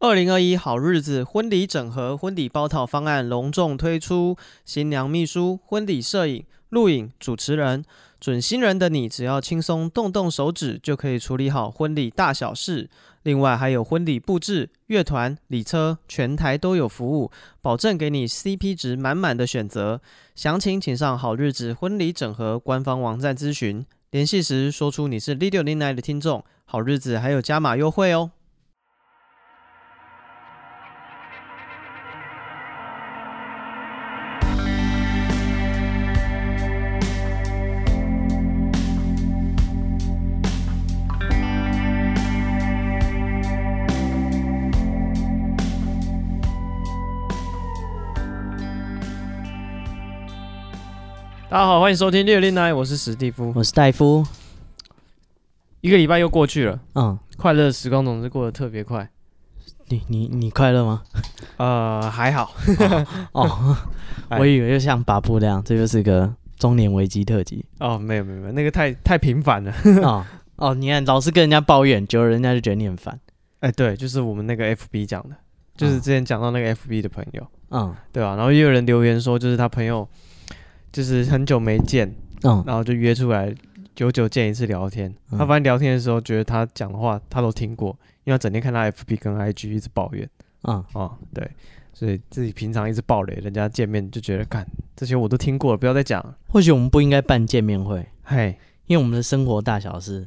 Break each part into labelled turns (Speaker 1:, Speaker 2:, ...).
Speaker 1: 二零二一好日子婚礼整合婚礼包套方案隆重推出，新娘秘书、婚礼摄影、录影、主持人，准新人的你只要轻松动动手指就可以处理好婚礼大小事。另外还有婚礼布置、乐团、礼车，全台都有服务，保证给你 CP 值满满的选择。详情请上好日子婚礼整合官方网站咨询，联系时说出你是 l i d i o 零 i 的听众，好日子还有加码优惠哦。大家好，欢迎收听《六零来》，我是史蒂夫。
Speaker 2: 我是戴夫。
Speaker 1: 一个礼拜又过去了，
Speaker 2: 嗯，
Speaker 1: 快乐的时光总是过得特别快。
Speaker 2: 你你你快乐吗？
Speaker 1: 呃，还好，
Speaker 2: 哦，
Speaker 1: 哎
Speaker 2: 我以为就像巴布那样，这就是个中年危机特 辑
Speaker 1: 哦，没有没有没有，那个太太频繁了。
Speaker 2: 哦哦，你看老是跟人家抱怨，久了人家就觉得你很烦。
Speaker 1: 哎，对，就是我们那个 FB 讲的，就是之前讲到那个 FB 的朋友，
Speaker 2: 嗯
Speaker 1: 对吧、然后也有人留言说，就是他朋友就是很久没见，
Speaker 2: 嗯
Speaker 1: 然后就约出来久久见一次聊天。
Speaker 2: 嗯
Speaker 1: 他发现聊天的时候，觉得他讲的话他都听过，因为他整天看他 FB 跟 IG 一直抱怨。
Speaker 2: 嗯，
Speaker 1: 哦，对，所以自己平常一直爆雷，人家见面就觉得，干这些我都听过了，不要再讲了。
Speaker 2: 或许我们不应该办见面会，
Speaker 1: 嘿，
Speaker 2: 因为我们的生活大小事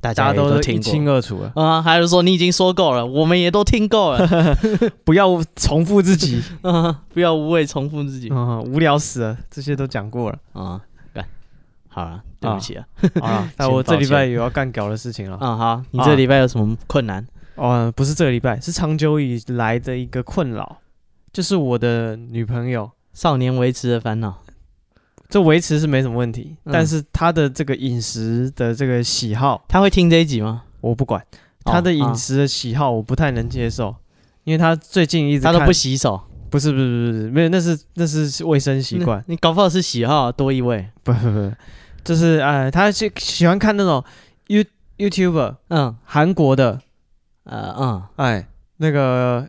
Speaker 2: 大
Speaker 1: 大
Speaker 2: 家
Speaker 1: 家
Speaker 2: 也都
Speaker 1: 一
Speaker 2: 听
Speaker 1: 清
Speaker 2: 过。
Speaker 1: 二楚了，
Speaker 2: 啊、还是说你已经说够了，我们也都听够了，
Speaker 1: 不要重复自己，
Speaker 2: 嗯，不要无谓重复自己啊、哦
Speaker 1: 嗯，无聊死了，这些都讲 过了。
Speaker 2: 干好了，对不起啊，
Speaker 1: 好了，那
Speaker 2: 先
Speaker 1: 我这
Speaker 2: 抱
Speaker 1: 礼
Speaker 2: 歉
Speaker 1: 拜有要干屌的事情了。
Speaker 2: 嗯，好，你这礼拜有什么困难？
Speaker 1: 哦，不是这个礼拜，是长久以来的一个困扰，就是我的女朋友，
Speaker 2: 少年维持的烦恼，
Speaker 1: 这维持是没什么问题，但
Speaker 2: 嗯
Speaker 1: 是她的这个饮食的这个喜好，
Speaker 2: 他会听这一集吗？
Speaker 1: 我不管，
Speaker 2: 哦
Speaker 1: 她的饮
Speaker 2: 啊
Speaker 1: 食的喜好我不太能接受。因为她最近一直
Speaker 2: 他都
Speaker 1: 看
Speaker 2: 不洗手，
Speaker 1: 不是不是不是不是，没有，那是那是卫生习惯，
Speaker 2: 你搞不好是喜好多一位。
Speaker 1: 不不不，就是呃，他是喜欢看那种 You YouTuber
Speaker 2: 嗯
Speaker 1: 韩国的，
Speaker 2: 呃嗯，
Speaker 1: 哎，那个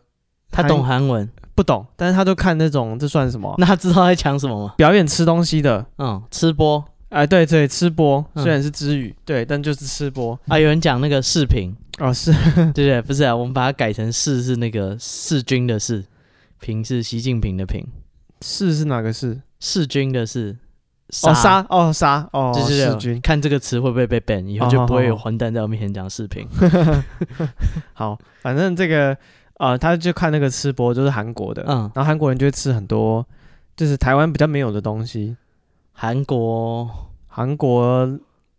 Speaker 2: 他
Speaker 1: 韩
Speaker 2: 懂韩文，
Speaker 1: 不懂，但是他就看那种这算什么
Speaker 2: 那他知道在讲什么吗？
Speaker 1: 表演吃东西的，
Speaker 2: 嗯，吃播
Speaker 1: 哎，对对，吃播
Speaker 2: 嗯
Speaker 1: 虽然是知语，对，但就是吃播
Speaker 2: 啊，有人讲那个视频，
Speaker 1: 哦，是
Speaker 2: 对不对？不是啊，我们把它改成视是那个弑君的弑，平是习近平的平，
Speaker 1: 是是哪个是？
Speaker 2: 弑君的弑，杀
Speaker 1: 哦杀哦杀哦，
Speaker 2: 对对
Speaker 1: 世
Speaker 2: 对
Speaker 1: 军
Speaker 2: 看这个词会不会被 ban，以
Speaker 1: 哦
Speaker 2: 后就不
Speaker 1: 好
Speaker 2: 会有
Speaker 1: 好
Speaker 2: 混蛋在我面前讲视频。
Speaker 1: 好，反正这个呃，他就看那个吃播，就是韩国的，
Speaker 2: 嗯，
Speaker 1: 然后韩国人就会吃很多，就是台湾比较没有的东西，
Speaker 2: 嗯韩国
Speaker 1: 韩国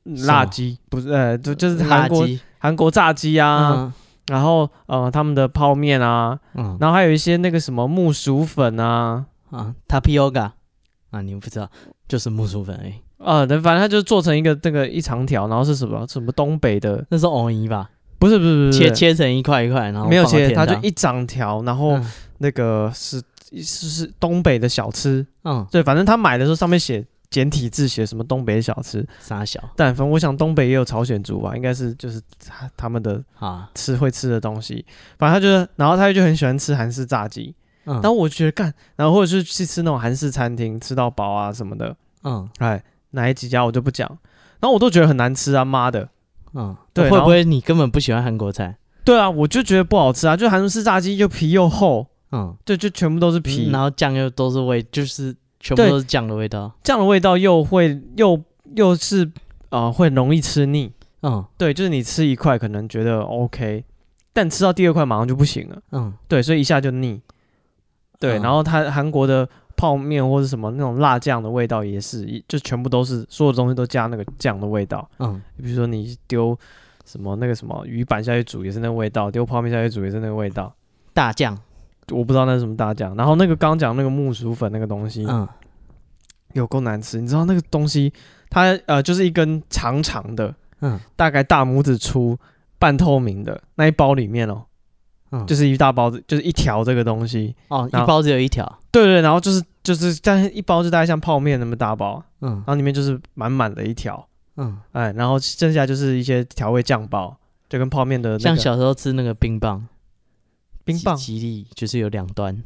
Speaker 2: 什
Speaker 1: 辣
Speaker 2: 么
Speaker 1: 鸡不是呃，就就是
Speaker 2: 辣
Speaker 1: 韩国
Speaker 2: 鸡
Speaker 1: 韩国炸鸡啊，，然后呃他们的泡面啊，
Speaker 2: 嗯
Speaker 1: 然后还有一些那个什么木薯粉啊，
Speaker 2: 嗯啊，tapioca 啊，你们不知道，就是木薯粉而已，
Speaker 1: 啊，对，反正它就做成一个那个一长条，然后是什么什么东北的，
Speaker 2: 那是藕泥吧？
Speaker 1: 不是不是不是
Speaker 2: 切
Speaker 1: 不是
Speaker 2: 切成一块一块，然后
Speaker 1: 没有
Speaker 2: 放到
Speaker 1: 切，
Speaker 2: 甜
Speaker 1: 它就
Speaker 2: 汤
Speaker 1: 一长条，然后
Speaker 2: 嗯
Speaker 1: 那个是是是东北的小吃，
Speaker 2: 嗯
Speaker 1: 对，反正他买的时候上面写简体字写什么东北小吃，
Speaker 2: 傻小
Speaker 1: 但反正我想东北也有朝鲜族吧，应该是就是他他们的
Speaker 2: 啊，
Speaker 1: 吃会吃的东西，反正他就是，然后他就很喜欢吃韩式炸鸡，
Speaker 2: 嗯
Speaker 1: 但我觉得干，然后或者是去吃那种韩式餐厅吃到饱啊什么的，
Speaker 2: 嗯
Speaker 1: 哎，哪一几家我就不讲，然后我都觉得很难吃啊，妈的，
Speaker 2: 嗯，
Speaker 1: 对
Speaker 2: 会
Speaker 1: 然后
Speaker 2: 不会你根本不喜欢韩国菜？
Speaker 1: 对啊，我就觉得不好吃啊，就韩式炸鸡又皮又厚，
Speaker 2: 嗯，
Speaker 1: 对，就全部都是皮，
Speaker 2: 然后酱又都是味，就是全部
Speaker 1: 对
Speaker 2: 都是酱的味道。
Speaker 1: 这样的味道又会又又是呃会容易吃腻，
Speaker 2: 嗯
Speaker 1: 对，就是你吃一块可能觉得 OK，但吃到第二块马上就不行了。
Speaker 2: 嗯
Speaker 1: 对，所以一下就腻。对，
Speaker 2: 嗯
Speaker 1: 然后它韩国的泡面或者什么那种辣酱的味道也是，一就全部都是所有东西都加那个酱的味道。
Speaker 2: 嗯
Speaker 1: 比如说你丢什么那个什么鱼板下去煮也是那个味道，丢泡面下去煮也是那个味道。
Speaker 2: 大酱，
Speaker 1: 我不知道那是什么大酱。然后那个刚讲那个木薯粉那个东西、
Speaker 2: 嗯
Speaker 1: 有够难吃，你知道那个东西它呃就是一根长长的，
Speaker 2: 嗯
Speaker 1: 大概大拇指粗、半透明的那一包里面哦，
Speaker 2: 嗯，
Speaker 1: 就是是一大包子，就是一条这个东西。
Speaker 2: 哦，
Speaker 1: 然
Speaker 2: 一
Speaker 1: 后
Speaker 2: 包只有一条。
Speaker 1: 对对，然后就是就是，但是一包就大概像泡面那么大包，
Speaker 2: 嗯
Speaker 1: 然后里面就是满满的一条，
Speaker 2: 嗯，
Speaker 1: 哎，然后剩下就是一些调味酱包，就跟泡面的那
Speaker 2: 像
Speaker 1: 个
Speaker 2: 小时候吃那个冰棒，
Speaker 1: 冰棒
Speaker 2: 吉吉利就是有两端，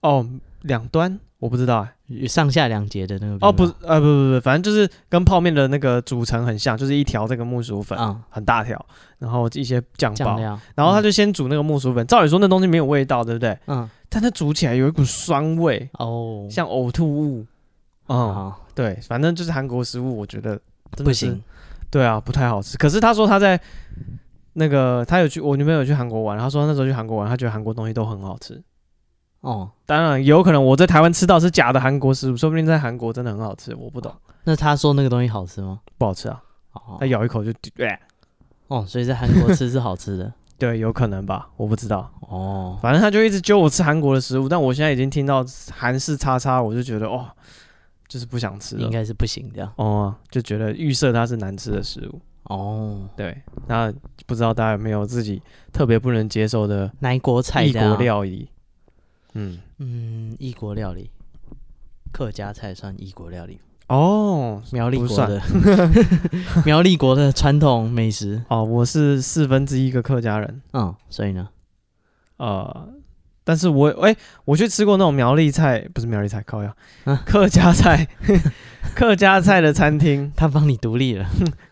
Speaker 1: 哦，两端我不知道哎、
Speaker 2: 有上下两节的那个冰
Speaker 1: 哦，不
Speaker 2: 棒嗯
Speaker 1: 是，呃，不不不，反正就是跟泡面的那个组成很像，就是一条这个木薯粉，
Speaker 2: 嗯，
Speaker 1: 很大条，然后一些酱
Speaker 2: 酱
Speaker 1: 爆，
Speaker 2: 料，
Speaker 1: 然后他就先煮那个木薯粉。照理说那东西没有味道，对不对？
Speaker 2: 嗯嗯
Speaker 1: 但它煮起来有一股酸味，
Speaker 2: 哦，
Speaker 1: 像呕吐物。嗯，
Speaker 2: 好
Speaker 1: 对，反正就是韩国食物，我觉得真的
Speaker 2: 啊不
Speaker 1: 是
Speaker 2: 行，
Speaker 1: 对啊，不太好吃。可是他说他在那个他有去，我女朋友有去韩国玩，他说那时候去韩国玩，他觉得韩国东西都很好吃。
Speaker 2: 哦，
Speaker 1: 当然，有可能我在台湾吃到是假的韩国食物，说不定在韩国真的很好吃，我不懂，
Speaker 2: 那他说那个东西好吃吗？
Speaker 1: 不好吃啊。
Speaker 2: 哦
Speaker 1: 他咬一口就，对，
Speaker 2: 哦，所以在韩国吃是好吃 的
Speaker 1: 对，有可能吧，我不知道。
Speaker 2: 哦，
Speaker 1: 反正他就一直揪我吃韩国的食物，但我现在已经听到韩式叉叉，我就觉得哦，就是不想吃了。
Speaker 2: 应该是不行的
Speaker 1: 哦、就觉得预设它是难吃的食物。
Speaker 2: 哦，
Speaker 1: 对，那不知道大家有没有自己特别不能接受的
Speaker 2: 哪一国菜
Speaker 1: 异
Speaker 2: 这样
Speaker 1: 国
Speaker 2: 啊？
Speaker 1: 料理？嗯，
Speaker 2: 嗯，异国料理，客家菜算异国料理吗，
Speaker 1: 哦
Speaker 2: 苗栗
Speaker 1: 不
Speaker 2: 国
Speaker 1: 算
Speaker 2: 的 苗栗国的传统美食，
Speaker 1: 哦，我是四分之一个客家人，
Speaker 2: 嗯，所以呢，
Speaker 1: 呃，但是我哎、我去吃过那种苗栗菜，不是苗栗菜，靠呀
Speaker 2: 啊，
Speaker 1: 客家菜， 客家菜的餐厅，
Speaker 2: 他帮你独立了，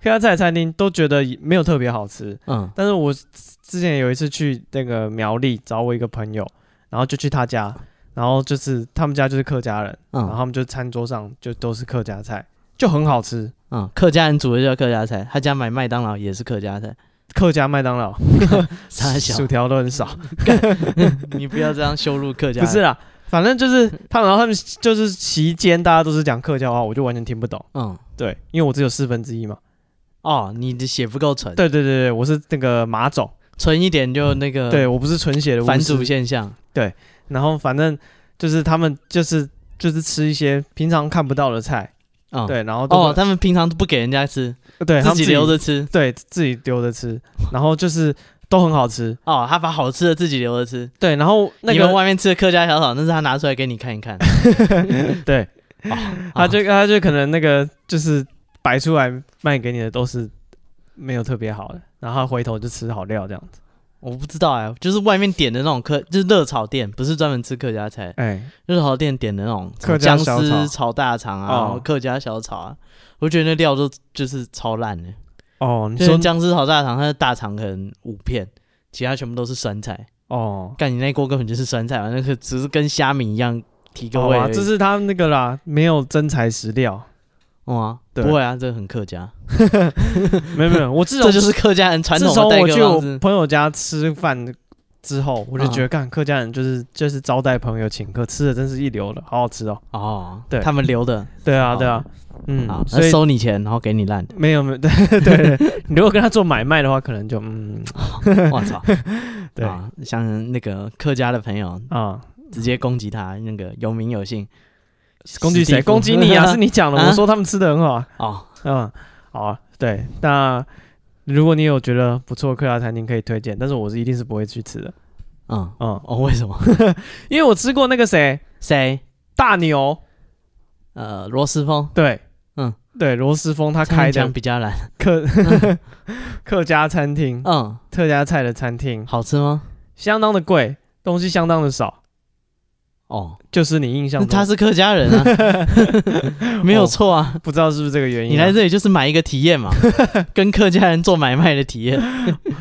Speaker 1: 客家菜的餐厅都觉得没有特别好吃，
Speaker 2: 嗯，
Speaker 1: 但是我之前有一次去那个苗栗找我一个朋友，然后就去他家，然后就是他们家就是客家人，
Speaker 2: 嗯
Speaker 1: 然后他们就餐桌上就都是客家菜，就很好吃。
Speaker 2: 嗯，客家人煮的叫客家菜，他家买麦当劳也是客家菜，
Speaker 1: 客家麦当劳，
Speaker 2: 傻小
Speaker 1: 薯，条都很少，
Speaker 2: 你不要这样羞辱客家
Speaker 1: 不
Speaker 2: 人。
Speaker 1: 是啦，反正就是他们，然后他们就是期间大家都是讲客家话，我就完全听不懂。
Speaker 2: 嗯，
Speaker 1: 对，因为我只有四分之一嘛。
Speaker 2: 哦，你的血不够纯，
Speaker 1: 对对对对，我是那个马种，
Speaker 2: 纯一点就那个
Speaker 1: 对我不是纯血的
Speaker 2: 反
Speaker 1: 祖
Speaker 2: 祖现象。
Speaker 1: 然后反正就是他们就是就是吃一些平常看不到的菜，
Speaker 2: 嗯，
Speaker 1: 对，然后都
Speaker 2: 哦，
Speaker 1: 会
Speaker 2: 他们平常都不给人家吃，
Speaker 1: 对，他
Speaker 2: 哎
Speaker 1: 们
Speaker 2: 自己留着吃。
Speaker 1: 对自己丢着吃，然后就是都很好吃。
Speaker 2: 哦，他把好吃的自己留着吃。
Speaker 1: 对，然后那
Speaker 2: 你们
Speaker 1: 个
Speaker 2: 外面吃的客家小炒，那是他拿出来给你看一看。
Speaker 1: 对，
Speaker 2: 哦
Speaker 1: 他就他就可能那个就是摆出来卖给你的都是没有特别好的，然后他回头就吃好料这样子。
Speaker 2: 我不知道哎、就是外面点的那种客，就是热炒店，不是专门吃客家菜。
Speaker 1: 哎，
Speaker 2: 热炒店点的那种什么
Speaker 1: 客家
Speaker 2: 姜
Speaker 1: 小
Speaker 2: 丝
Speaker 1: 炒
Speaker 2: 炒大肠啊，
Speaker 1: 哦
Speaker 2: 然后客家小炒啊，我觉得那料都就是超烂的、
Speaker 1: 哦，你
Speaker 2: 就是
Speaker 1: 说
Speaker 2: 姜丝炒大肠，它的大肠可能五片，其他全部都是酸菜。
Speaker 1: 哦，
Speaker 2: 干你那锅根本就是酸菜嘛，那个只是跟虾米一样提个
Speaker 1: 好
Speaker 2: 味
Speaker 1: 啊，
Speaker 2: 而已。
Speaker 1: 这是他那个啦，没有真材实料，
Speaker 2: 哦啊，
Speaker 1: 对
Speaker 2: 不会啊，这个很客家，
Speaker 1: 没有没有，我自
Speaker 2: 这
Speaker 1: 从
Speaker 2: 就是客家人传
Speaker 1: 自
Speaker 2: 统
Speaker 1: 从
Speaker 2: 的待
Speaker 1: 我
Speaker 2: 客
Speaker 1: 去
Speaker 2: 方
Speaker 1: 我
Speaker 2: 式。
Speaker 1: 朋友家吃饭。之后我就
Speaker 2: 嗯
Speaker 1: 觉得，干客家人就是就是招待朋友请客，吃的真是一流的，好好吃哦。
Speaker 2: 哦，
Speaker 1: 对
Speaker 2: 他们留的
Speaker 1: 对啊，
Speaker 2: 好
Speaker 1: 对啊，嗯
Speaker 2: 啊，，
Speaker 1: 所
Speaker 2: 那
Speaker 1: 以
Speaker 2: 收你钱，然后给你 烂的。
Speaker 1: 没有没有，对对对， 你如果跟他做买卖的话，可能就嗯，
Speaker 2: 我操！
Speaker 1: 对啊
Speaker 2: 啊，像那个客家的朋友直接攻击他，那个有名有姓，
Speaker 1: 攻击
Speaker 2: 史蒂
Speaker 1: 谁？
Speaker 2: 夫
Speaker 1: 攻击你 啊！是你讲的，
Speaker 2: 啊
Speaker 1: 我说他们吃的很好啊，
Speaker 2: 哦，
Speaker 1: 嗯，好啊，对，那如果你有觉得不错的客家餐厅可以推荐，但是我是一定是不会去吃的，
Speaker 2: 嗯，
Speaker 1: 嗯，
Speaker 2: 哦，为什么？
Speaker 1: 因为我吃过那个谁
Speaker 2: 谁？
Speaker 1: 大牛，
Speaker 2: 呃，罗斯峰
Speaker 1: 对，
Speaker 2: 嗯，
Speaker 1: 对，罗斯峰他
Speaker 2: 他
Speaker 1: 开的
Speaker 2: 讲比较难。
Speaker 1: 客 客家餐厅，
Speaker 2: 嗯，
Speaker 1: 客家菜的餐厅，
Speaker 2: 好吃吗？
Speaker 1: 相当的贵，东西相当的少，
Speaker 2: 哦，
Speaker 1: 就是你印象
Speaker 2: 那
Speaker 1: 中，
Speaker 2: 他是客家人啊， 没有错啊。
Speaker 1: 不知道是不是这个原因啊，
Speaker 2: 你来这里就是买一个体 验嘛，跟客家人做买卖的体验，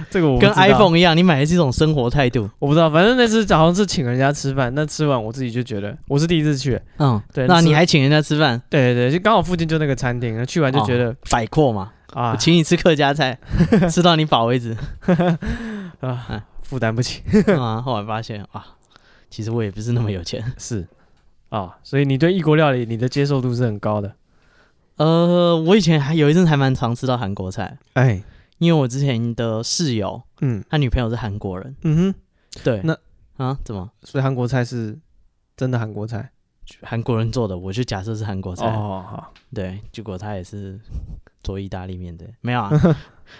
Speaker 1: 这个我不
Speaker 2: 跟
Speaker 1: 知道
Speaker 2: iPhone 一样，你买的是一种生活态度。
Speaker 1: 我不知道，反正那次好像是请人家吃饭，那吃完我自己就觉得我是第一次去，
Speaker 2: 嗯，
Speaker 1: 对
Speaker 2: 那
Speaker 1: 是
Speaker 2: 你还请人家吃饭，
Speaker 1: 对对对，就刚好附近就那个餐厅，去完就觉得、
Speaker 2: 摆阔嘛，我
Speaker 1: 啊
Speaker 2: 请你吃客家菜， 吃到你饱为止。
Speaker 1: 啊负担不起，
Speaker 2: 啊，后来发现啊，其实我也不是那么有钱。
Speaker 1: 是 啊，所以你对异国料理你的接受度是很高的，
Speaker 2: 呃，我以前还有一阵还蛮常吃到韩国菜，
Speaker 1: 哎，
Speaker 2: 因为我之前的室友
Speaker 1: 嗯
Speaker 2: 他女朋友是韩国人，
Speaker 1: 嗯哼，
Speaker 2: 对，
Speaker 1: 那
Speaker 2: 啊怎么
Speaker 1: 所以韩国菜是真的韩国菜
Speaker 2: 韩国人做的，我就假设是韩国菜，
Speaker 1: 哦，好，
Speaker 2: 对，结果他也是做意大利面的，没有啊，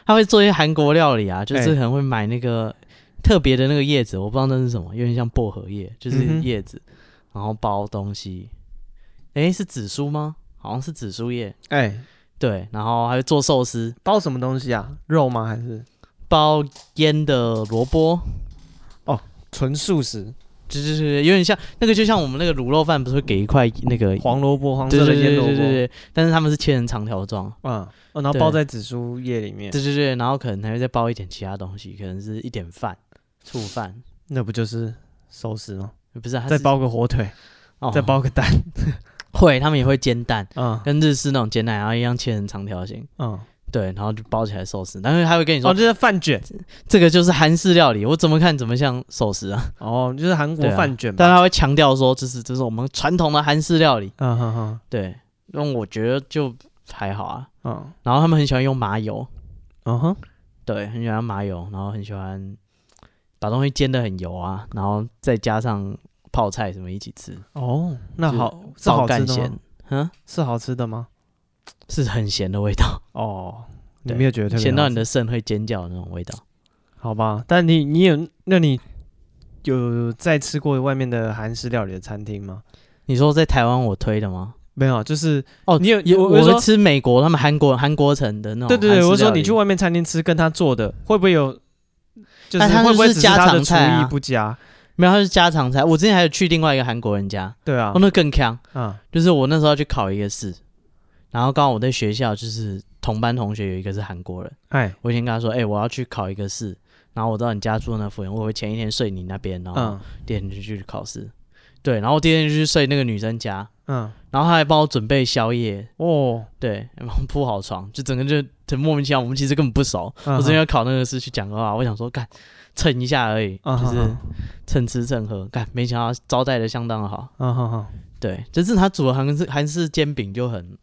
Speaker 2: 他会做一些韩国料理啊，就是
Speaker 1: 哎
Speaker 2: 可能会买那个特别的那个叶子，我不知道那是什么，有点像薄荷叶，就
Speaker 1: 嗯
Speaker 2: 是
Speaker 1: 哼
Speaker 2: 叶子，然后包东西，诶，是紫苏吗？好像是紫苏叶，
Speaker 1: 哎，
Speaker 2: 对，然后还会做寿司，
Speaker 1: 包什么东西啊？肉吗？还是
Speaker 2: 包腌的萝卜，
Speaker 1: 纯素食，
Speaker 2: 对对对对，有点像那个，就像我们那个卤肉饭，不是会给一块那个
Speaker 1: 黄萝卜黄
Speaker 2: 对
Speaker 1: 色
Speaker 2: 对
Speaker 1: 的
Speaker 2: 对
Speaker 1: 腌
Speaker 2: 对
Speaker 1: 萝
Speaker 2: 对
Speaker 1: 卜，
Speaker 2: 对，但是他们是切成长条状，
Speaker 1: 嗯，哦然后
Speaker 2: 对
Speaker 1: 包在紫苏叶里面，
Speaker 2: 对对对，然后可能还会再包一点其他东西，可能是一点饭、醋饭，
Speaker 1: 那不就是寿司吗？
Speaker 2: 不是，它
Speaker 1: 再
Speaker 2: 是
Speaker 1: 包个火腿，
Speaker 2: 哦
Speaker 1: 再包个蛋，
Speaker 2: 会，他们也会煎蛋，
Speaker 1: 嗯
Speaker 2: 跟日式那种煎蛋，然后一样切成长条形，
Speaker 1: 嗯，
Speaker 2: 对，然后就包起来寿司，但是他会跟你说、
Speaker 1: 哦，就是饭卷，
Speaker 2: 这个就是韩式料理，我怎么看怎么像寿司 啊，
Speaker 1: 哦，就是韩国
Speaker 2: 对啊
Speaker 1: 饭卷
Speaker 2: 但
Speaker 1: 吧，
Speaker 2: 他会强调说这是这是我们传统的韩式料理，
Speaker 1: 嗯哼哼，
Speaker 2: 对，那我觉得就还好啊，
Speaker 1: 嗯
Speaker 2: 然后他们很喜欢用麻油，
Speaker 1: 嗯哼，
Speaker 2: 对，很喜欢麻油，然后很喜欢把东西煎的很油啊，然后再加上泡菜什么一起吃，
Speaker 1: 哦，那
Speaker 2: 就是
Speaker 1: 好是
Speaker 2: 爆
Speaker 1: 好吃
Speaker 2: 干
Speaker 1: 的吗
Speaker 2: 咸？，嗯，
Speaker 1: 是好吃的吗？
Speaker 2: 是很咸的味 道，
Speaker 1: 哦，你
Speaker 2: 对
Speaker 1: 没有觉得特别
Speaker 2: 咸到
Speaker 1: 好
Speaker 2: 你
Speaker 1: 吃
Speaker 2: 的肾会尖叫的那种味道。
Speaker 1: 好吧？但你你有那你有在吃过外面的韩式料理的餐厅吗？
Speaker 2: 你说在台湾我推的吗？
Speaker 1: 没有，就是
Speaker 2: 哦
Speaker 1: 你有
Speaker 2: 有
Speaker 1: 我
Speaker 2: 我
Speaker 1: 我
Speaker 2: 会
Speaker 1: 说
Speaker 2: 吃美国他们韩国韩国城的那种
Speaker 1: 对
Speaker 2: 韩
Speaker 1: 对
Speaker 2: 式料理。
Speaker 1: 对，我说你去外面餐厅吃，跟他做的会不会有？就
Speaker 2: 但他
Speaker 1: 会不会
Speaker 2: 就
Speaker 1: 只
Speaker 2: 是
Speaker 1: 是他
Speaker 2: 家
Speaker 1: 的
Speaker 2: 常
Speaker 1: 厨
Speaker 2: 菜啊
Speaker 1: 艺不佳？
Speaker 2: 没有，它是家常菜。我之前还有去另外一个韩国人家，
Speaker 1: 对啊
Speaker 2: 哦，，那更强，
Speaker 1: 啊，
Speaker 2: 就是我那时候要去考一个试，然后刚好我在学校就是同班同学有一个是韩国人。
Speaker 1: 哎，
Speaker 2: 我先跟他说，哎、我要去考一个试，然后我到你家住那附近，我会前一天睡你那边，然后
Speaker 1: 嗯
Speaker 2: 第二天就去考试。对，然后第二天就去睡那个女生家，
Speaker 1: 嗯，
Speaker 2: 然后她还帮我准备宵夜，
Speaker 1: 哦，
Speaker 2: 对，然后铺好床，就整个就很莫名其妙。我们其实根本不熟，
Speaker 1: 嗯
Speaker 2: 我之前要考那个试去讲的话，我想说干蹭一下而已，
Speaker 1: 嗯
Speaker 2: 就
Speaker 1: 哼
Speaker 2: 是
Speaker 1: 哼
Speaker 2: 蹭吃蹭喝，干没想到招待的相当的好。
Speaker 1: 嗯哼哼，
Speaker 2: 对，只是他煮的韩式韩式煎饼就很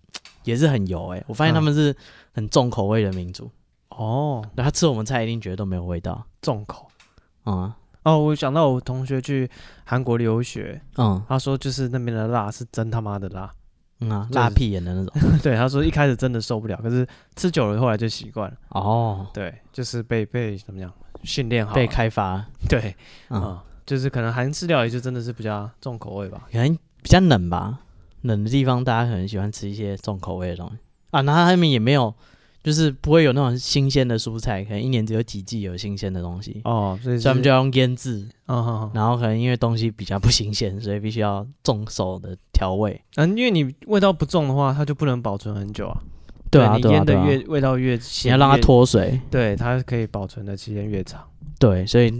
Speaker 2: 也是很油哎、我发现
Speaker 1: 嗯
Speaker 2: 他们是很重口味的民族，
Speaker 1: 哦，
Speaker 2: 对他吃我们菜一定觉得都没有味道。
Speaker 1: 重口。
Speaker 2: 嗯
Speaker 1: 哦，我想到我同学去韩国留学，
Speaker 2: 嗯
Speaker 1: 他说就是那边的辣是真他妈的辣，
Speaker 2: 嗯啊，
Speaker 1: 就是
Speaker 2: 辣屁眼的那种。
Speaker 1: 对，他说一开始真的受不了，可是吃久了后来就习惯了，
Speaker 2: 哦，
Speaker 1: 对，就是被被怎么样训练好了，
Speaker 2: 被开发，
Speaker 1: 对，
Speaker 2: 嗯
Speaker 1: 啊、就是可能韩式料理就真的是比较重口味吧，
Speaker 2: 可能比较冷吧，冷的地方大家可能喜欢吃一些重口味的东西啊。然后他们也没有，就是不会有那种新鲜的蔬菜，可能一年只有几季有新鲜的东西，
Speaker 1: 哦，所以
Speaker 2: 所以他们
Speaker 1: 就
Speaker 2: 就要用腌制。
Speaker 1: 嗯哼哼，
Speaker 2: 然后可能因为东西比较不新鲜，所以必须要重手的调味。
Speaker 1: 嗯，因为你味道不重的话，它就不能保存很久啊，
Speaker 2: 对啊，
Speaker 1: 你
Speaker 2: 对啊，
Speaker 1: 腌的
Speaker 2: 对啊。
Speaker 1: 越味道越
Speaker 2: 你
Speaker 1: 鲜，
Speaker 2: 要让它
Speaker 1: 越，
Speaker 2: 脱水，
Speaker 1: 对，它可以保存的期间越长，
Speaker 2: 对，所以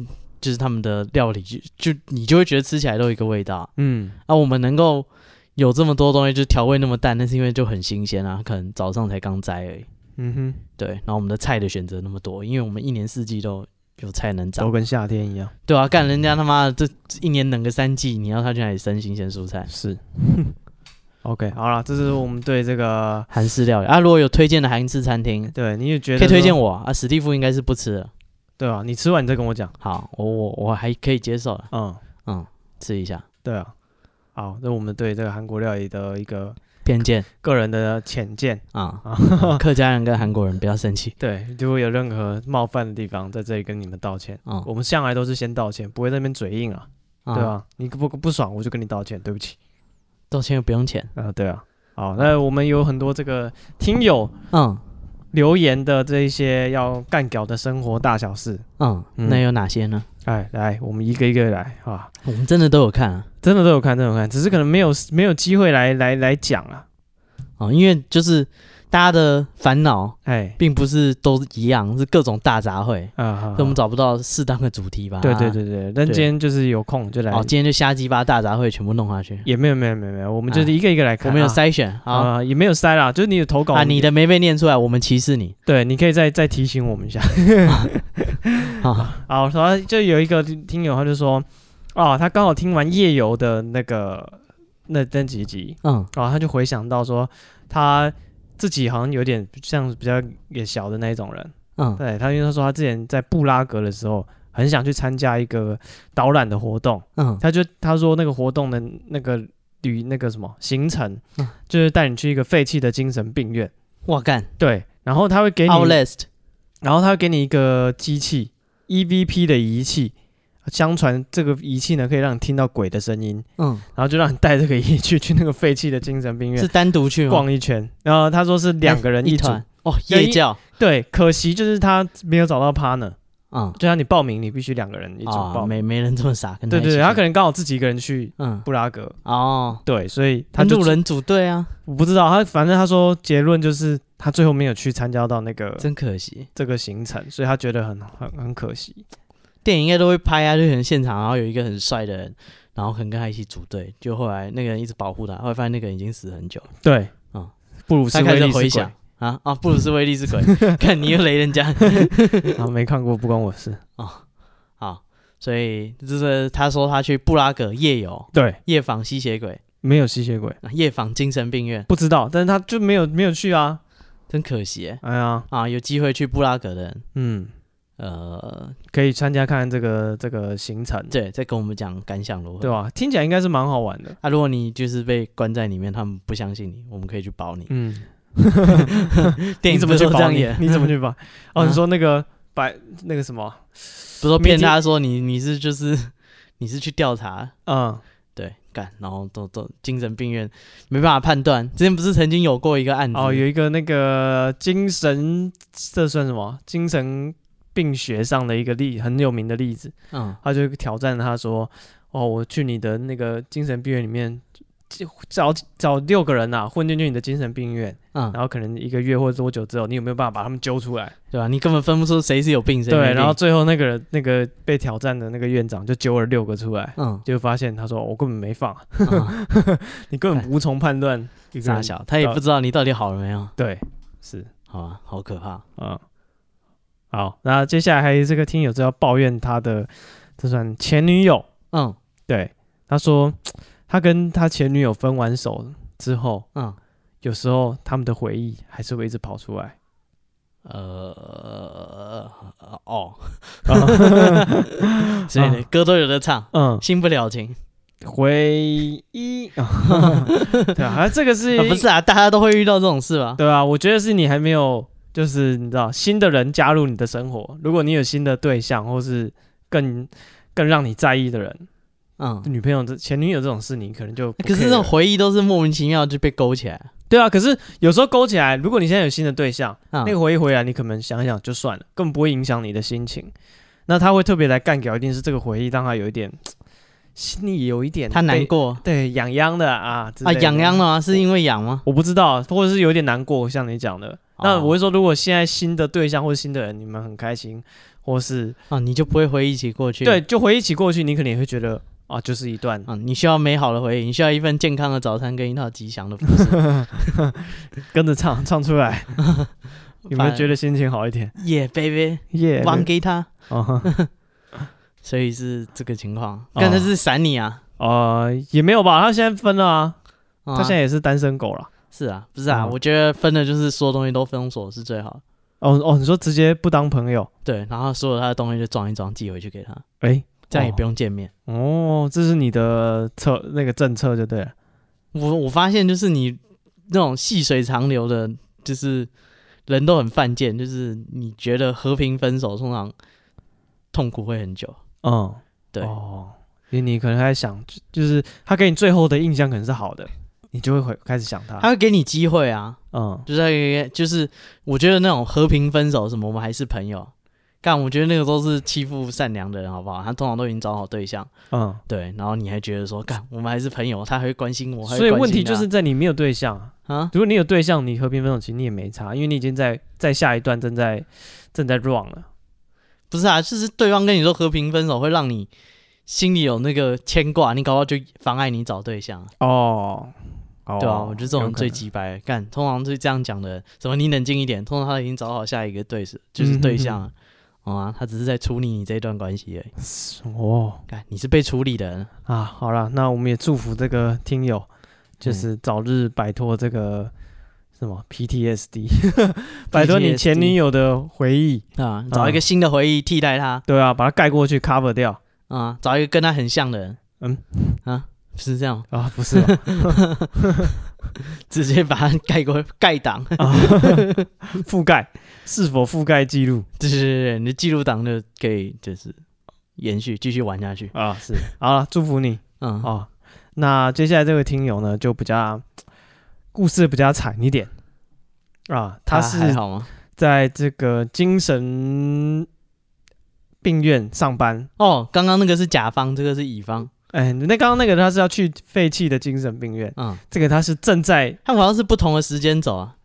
Speaker 2: 就是他们的料理就就你就会觉得吃起来都有一个味道。
Speaker 1: 嗯，
Speaker 2: 啊，我们能够有这么多东西，就调味那么淡，那是因为就很新鲜啊，可能早上才刚摘而已。
Speaker 1: 嗯哼，
Speaker 2: 对，然后我们的菜的选择那么多，因为我们一年四季都有菜能
Speaker 1: 都
Speaker 2: 长，
Speaker 1: 跟夏天一样，
Speaker 2: 对啊，干人家他妈的这一年冷个三季，你要他去哪里生新鲜蔬菜？
Speaker 1: 是，OK，好了，这是我们对这个，
Speaker 2: 韩式料理啊，如果有推荐的韩式餐厅，
Speaker 1: 对，你也觉得
Speaker 2: 可以推荐
Speaker 1: 说，
Speaker 2: 我啊。史蒂夫应该是不吃了，
Speaker 1: 对啊，你吃完你再跟我讲，
Speaker 2: 好，我我我还可以接受了，
Speaker 1: 嗯，
Speaker 2: 嗯，吃一下。
Speaker 1: 对啊，好，这我们对这个韩国料理的一个
Speaker 2: 偏见
Speaker 1: 个人的浅见。
Speaker 2: 啊、
Speaker 1: 啊
Speaker 2: 客家人跟韩国人不要生气
Speaker 1: 对，如果有任何冒犯的地方，在这里跟你们道歉。
Speaker 2: 啊，
Speaker 1: 我们向来都是先道歉，不会在那边嘴硬啊，
Speaker 2: 对
Speaker 1: 对吧？你不不爽，我就跟你道歉，对不起。
Speaker 2: 道歉又不用钱，
Speaker 1: 啊、对啊。好，那我们有很多这个听友
Speaker 2: 嗯
Speaker 1: 留言的这一些要干屌的生活大小事，
Speaker 2: 嗯，
Speaker 1: 嗯
Speaker 2: 那有哪些呢？
Speaker 1: 哎，来，我们一个一个来啊，
Speaker 2: 我们真的都有看啊，
Speaker 1: 真的都有看，真的有看，只是可能没有没有机会来来来讲啊。
Speaker 2: 哦，因为就是大家的烦恼
Speaker 1: 哎，
Speaker 2: 并不是都一样，是各种大杂烩，
Speaker 1: 啊
Speaker 2: 所以我们找不到适当的主题吧。
Speaker 1: 对对，对啊对，但
Speaker 2: 对
Speaker 1: 今天就是有空就来，
Speaker 2: 哦，今天就瞎鸡巴大杂烩全部弄下去，
Speaker 1: 也没有没有没有没有，我们
Speaker 2: 啊
Speaker 1: 就是一个一个来看啊。
Speaker 2: 我们有筛选啊
Speaker 1: 啊，也没有塞啦，就是你有投稿我
Speaker 2: 啊，
Speaker 1: 们
Speaker 2: 你的没被念出来，我们歧 视你
Speaker 1: 对，你可以再再提醒我们一下。
Speaker 2: 啊，
Speaker 1: 好，然后就有一个听听友他就说，哦，他刚好听完夜游的那个那那几集，
Speaker 2: 嗯
Speaker 1: 然后他就回想到说，他自己好像有点像是比较也小的那一种人。
Speaker 2: 嗯
Speaker 1: 对他，因为他说他之前在布拉格的时候，很想去参加一个导览的活动，
Speaker 2: 嗯
Speaker 1: 他就他说那个活动的那个旅那个什么行程
Speaker 2: 嗯，
Speaker 1: 就是带你去一个废弃的精神病院。
Speaker 2: 哇干
Speaker 1: 对，然后他会给你
Speaker 2: ，Outlast，
Speaker 1: 然后他会给你一个机器 EVP 的仪器，相传这个仪器呢可以让你听到鬼的声音，
Speaker 2: 嗯，
Speaker 1: 然后就让你带这个仪器去那个废弃的精神病
Speaker 2: 是
Speaker 1: 院
Speaker 2: 单独去吗？
Speaker 1: 逛一圈。然后他说是两个人
Speaker 2: 一
Speaker 1: 组，
Speaker 2: 团哦，
Speaker 1: 对
Speaker 2: 夜
Speaker 1: 一
Speaker 2: 教
Speaker 1: 对，可惜就是他没有找到 partner，
Speaker 2: 嗯
Speaker 1: 就像你报名，你必须两个人一组
Speaker 2: 啊，
Speaker 1: 报名。
Speaker 2: 没没人这么傻，跟
Speaker 1: 对
Speaker 2: 一起
Speaker 1: 对，
Speaker 2: 去
Speaker 1: 他可能刚好自己一个人去
Speaker 2: 嗯
Speaker 1: 布拉格，
Speaker 2: 哦，
Speaker 1: 对，所以他
Speaker 2: 他
Speaker 1: 就
Speaker 2: 路人组队啊，
Speaker 1: 我不知道他，反正他说结论就是他最后没有去参加到那个
Speaker 2: 真可惜。
Speaker 1: 这个行程，所以他觉得很很很可惜。
Speaker 2: 电影应该都会拍啊，就可能现场，然后有一个很帅的人，然后可能跟他一起组队，就后来那个人一直保护他，后来发现那个人已经死很久了，
Speaker 1: 对，
Speaker 2: 嗯，
Speaker 1: 布鲁斯
Speaker 2: 他开
Speaker 1: 威
Speaker 2: 始
Speaker 1: 利
Speaker 2: 回
Speaker 1: 是
Speaker 2: 想啊啊，布鲁斯威利是鬼， 看你又雷人家
Speaker 1: 鬼， 啊，没看过不关我事。
Speaker 2: 啊，所以 就是他说他去布拉格夜游，
Speaker 1: 对，
Speaker 2: 夜访吸血鬼，
Speaker 1: 没有吸血鬼，
Speaker 2: 啊夜访精神病院，
Speaker 1: 不知道，但是他就没有没有去啊。
Speaker 2: 真可惜耶
Speaker 1: 哎呀，
Speaker 2: 啊，有机会去布拉格的人，
Speaker 1: 嗯，
Speaker 2: 呃，
Speaker 1: 可以参加看看这个这个行程，
Speaker 2: 对，再跟我们讲感想如何。
Speaker 1: 对吧？听起来应该是蛮好玩的。
Speaker 2: 啊，如果你就是被关在里面，他们不相信你，我们可以去保你。
Speaker 1: 嗯，你
Speaker 2: 电影
Speaker 1: 怎么去
Speaker 2: 不是都这
Speaker 1: 保
Speaker 2: 样
Speaker 1: 你
Speaker 2: 演？？
Speaker 1: 你怎么去 保？哦，
Speaker 2: 啊
Speaker 1: 你说那个白那个什么，
Speaker 2: 不是说骗
Speaker 1: 明天
Speaker 2: 他说你你是就是 你是去调查，
Speaker 1: 嗯，
Speaker 2: 对，干，然后都都精神病院没办法判断。之前不是曾经有过一个案子，
Speaker 1: 哦，有一个那个精神，这算什么？精神病学上的一个例很有名的例子，
Speaker 2: 嗯
Speaker 1: 他就挑战他说：“哦，我去你的那个精神病院里面。”找找六个人呐、啊，混进去你的精神病院，
Speaker 2: 嗯，
Speaker 1: 然后可能一个月或多久之后，你有没有办法把他们揪出来？
Speaker 2: 对吧、你根本分不出谁是有病谁没
Speaker 1: 对，
Speaker 2: 病
Speaker 1: 然后最后那个人那个被挑战的那个院长就揪了六个出来，
Speaker 2: 嗯，
Speaker 1: 就发现他说我根本没放，
Speaker 2: 嗯
Speaker 1: 你根本无从判断一个
Speaker 2: 傻
Speaker 1: 人。
Speaker 2: 小，他也不知道你到底好了没有，
Speaker 1: 对，是
Speaker 2: 好吧，好可怕。
Speaker 1: 啊、好，那接下来还有这个听友就要抱怨他的这算前女友，
Speaker 2: 嗯
Speaker 1: 对，他说他跟他前女友分完手之后，
Speaker 2: 嗯，
Speaker 1: 有时候他们的回忆还是会一直跑出来。
Speaker 2: 呃哦，
Speaker 1: 啊
Speaker 2: 所以呢
Speaker 1: 哦
Speaker 2: 歌都有的唱，
Speaker 1: 嗯，
Speaker 2: 新不了情
Speaker 1: 回 忆，对啊，这个是、
Speaker 2: 啊，不是啊，大家都会遇到这种事吧？
Speaker 1: 对啊，我觉得是你还没有，就是你知道新的人加入你的生活，如果你有新的对象，或是更更让你在意的人，
Speaker 2: 嗯，欸
Speaker 1: 女朋友这前女友这种事，你可能就不
Speaker 2: 可是
Speaker 1: care
Speaker 2: 这种
Speaker 1: 了
Speaker 2: 回忆都是莫名其妙就被勾起来，
Speaker 1: 对啊，可是有时候勾起来，如果你现在有新的对象，
Speaker 2: 嗯
Speaker 1: 那个回忆回来，你可能想一想就算了，根本不会影响你的心情。那他会特别来干掉，一定是这个回忆让他有一点心里有一点
Speaker 2: 他难
Speaker 1: 被，
Speaker 2: 过
Speaker 1: 对痒痒的啊之
Speaker 2: 啊，
Speaker 1: 类的
Speaker 2: 痒痒了吗？是因为痒吗？
Speaker 1: 我不知道，或者是有点难过，像你讲的。那
Speaker 2: 哦
Speaker 1: 我会说，如果现在新的对象或者新的人，你们很开心，或是
Speaker 2: 啊，你就不会回忆起过去。
Speaker 1: 对，就回忆起过去，你可能也会觉得啊，就是一段
Speaker 2: 啊，你需要美好的回忆，你需要一份健康的早餐跟一套吉祥的服 饰。
Speaker 1: 跟着唱唱出 来，有没有觉
Speaker 2: 得
Speaker 1: 得心情好一点？
Speaker 2: 耶，baby，
Speaker 1: 耶、
Speaker 2: 还给他？
Speaker 1: 哦
Speaker 2: 所以是这个情况，
Speaker 1: 哦
Speaker 2: 但他是闪你啊。
Speaker 1: 呃，也没有吧，他现在分了啊，他
Speaker 2: 啊
Speaker 1: 现在也是单身狗了。
Speaker 2: 是啊，不是啊，
Speaker 1: 嗯
Speaker 2: 我觉得分的就是所有东西都封锁是最好的。
Speaker 1: 哦哦，你说直接不当朋友，
Speaker 2: 对，然后所有他的东西就装一装寄回去给他，
Speaker 1: 哎、
Speaker 2: 这样也不
Speaker 1: 用
Speaker 2: 用见面。
Speaker 1: 哦这是你的策那个政策就对了。
Speaker 2: 我我发现就是你那种细水长流的，就是人都很犯贱，就是你觉得和平分手通常痛苦会很久。
Speaker 1: 嗯，
Speaker 2: 对，
Speaker 1: 哦，因为你可能还想，就就是他给你最后的印象可能是好的，你就会回开始想他。
Speaker 2: 他会给你机会啊，
Speaker 1: 嗯，
Speaker 2: 就是他给就是我觉得那种和平分手什么，我们还是朋友。干，我觉得那个都是欺负善良的人，好不好？他通常都已经找好对象，
Speaker 1: 嗯，
Speaker 2: 对，然后你还觉得说，干，我们还是朋友，他还会关心我，还会
Speaker 1: 所以
Speaker 2: 关
Speaker 1: 问
Speaker 2: 心
Speaker 1: 题就
Speaker 2: 他
Speaker 1: 是在你没有对象啊。
Speaker 2: 啊，
Speaker 1: 如果你有对象，你和平分手其实你也没差，因为你已经在在下一段正在正在 run 了。
Speaker 2: 不是啊，就是对方跟你说和平分手，会让你心里有那个牵挂，你搞不好就妨碍你找对象啊，
Speaker 1: 哦，哦
Speaker 2: 对啊，我觉得这种
Speaker 1: 有
Speaker 2: 人
Speaker 1: 可
Speaker 2: 最
Speaker 1: 能
Speaker 2: 鸡掰的。干，通常是这样讲的人，什么你冷静一点，通常他已经找好下一个对手，就是
Speaker 1: 嗯
Speaker 2: 对
Speaker 1: 哼
Speaker 2: 象啊，好啊，他只是在处理你这段关系而已。
Speaker 1: 哦
Speaker 2: 干，你是被处理的人，
Speaker 1: 啊，好了，那我们也祝福这个听友，就是早日摆脱这个什么 PTSD，摆脱你前女友的回忆，
Speaker 2: 啊，找一个新的回忆替代他，
Speaker 1: 对啊，把它盖过去 cover 掉
Speaker 2: 啊，找一个跟他很像的人，
Speaker 1: 嗯，
Speaker 2: 啊，是这样，
Speaker 1: 啊，不是哦、
Speaker 2: 直接把它盖过盖档， 对
Speaker 1: 啊， 覆盖是否覆盖记录
Speaker 2: 对对对，你的记录档就可以就是延续继续玩下去，
Speaker 1: 啊？是，好了，祝福你
Speaker 2: 嗯，
Speaker 1: 啊。那接下来这位听友呢，就比较故事比较惨一点啊，他
Speaker 2: 他
Speaker 1: 是
Speaker 2: 还好吗？
Speaker 1: 在这个精神病院上班。
Speaker 2: 哦，刚刚那个是甲方，这个是乙方。
Speaker 1: 哎，那刚刚那个他是要去废弃的精神病院，
Speaker 2: 嗯，
Speaker 1: 这个他是正在
Speaker 2: 他们好像是不同的时间走啊。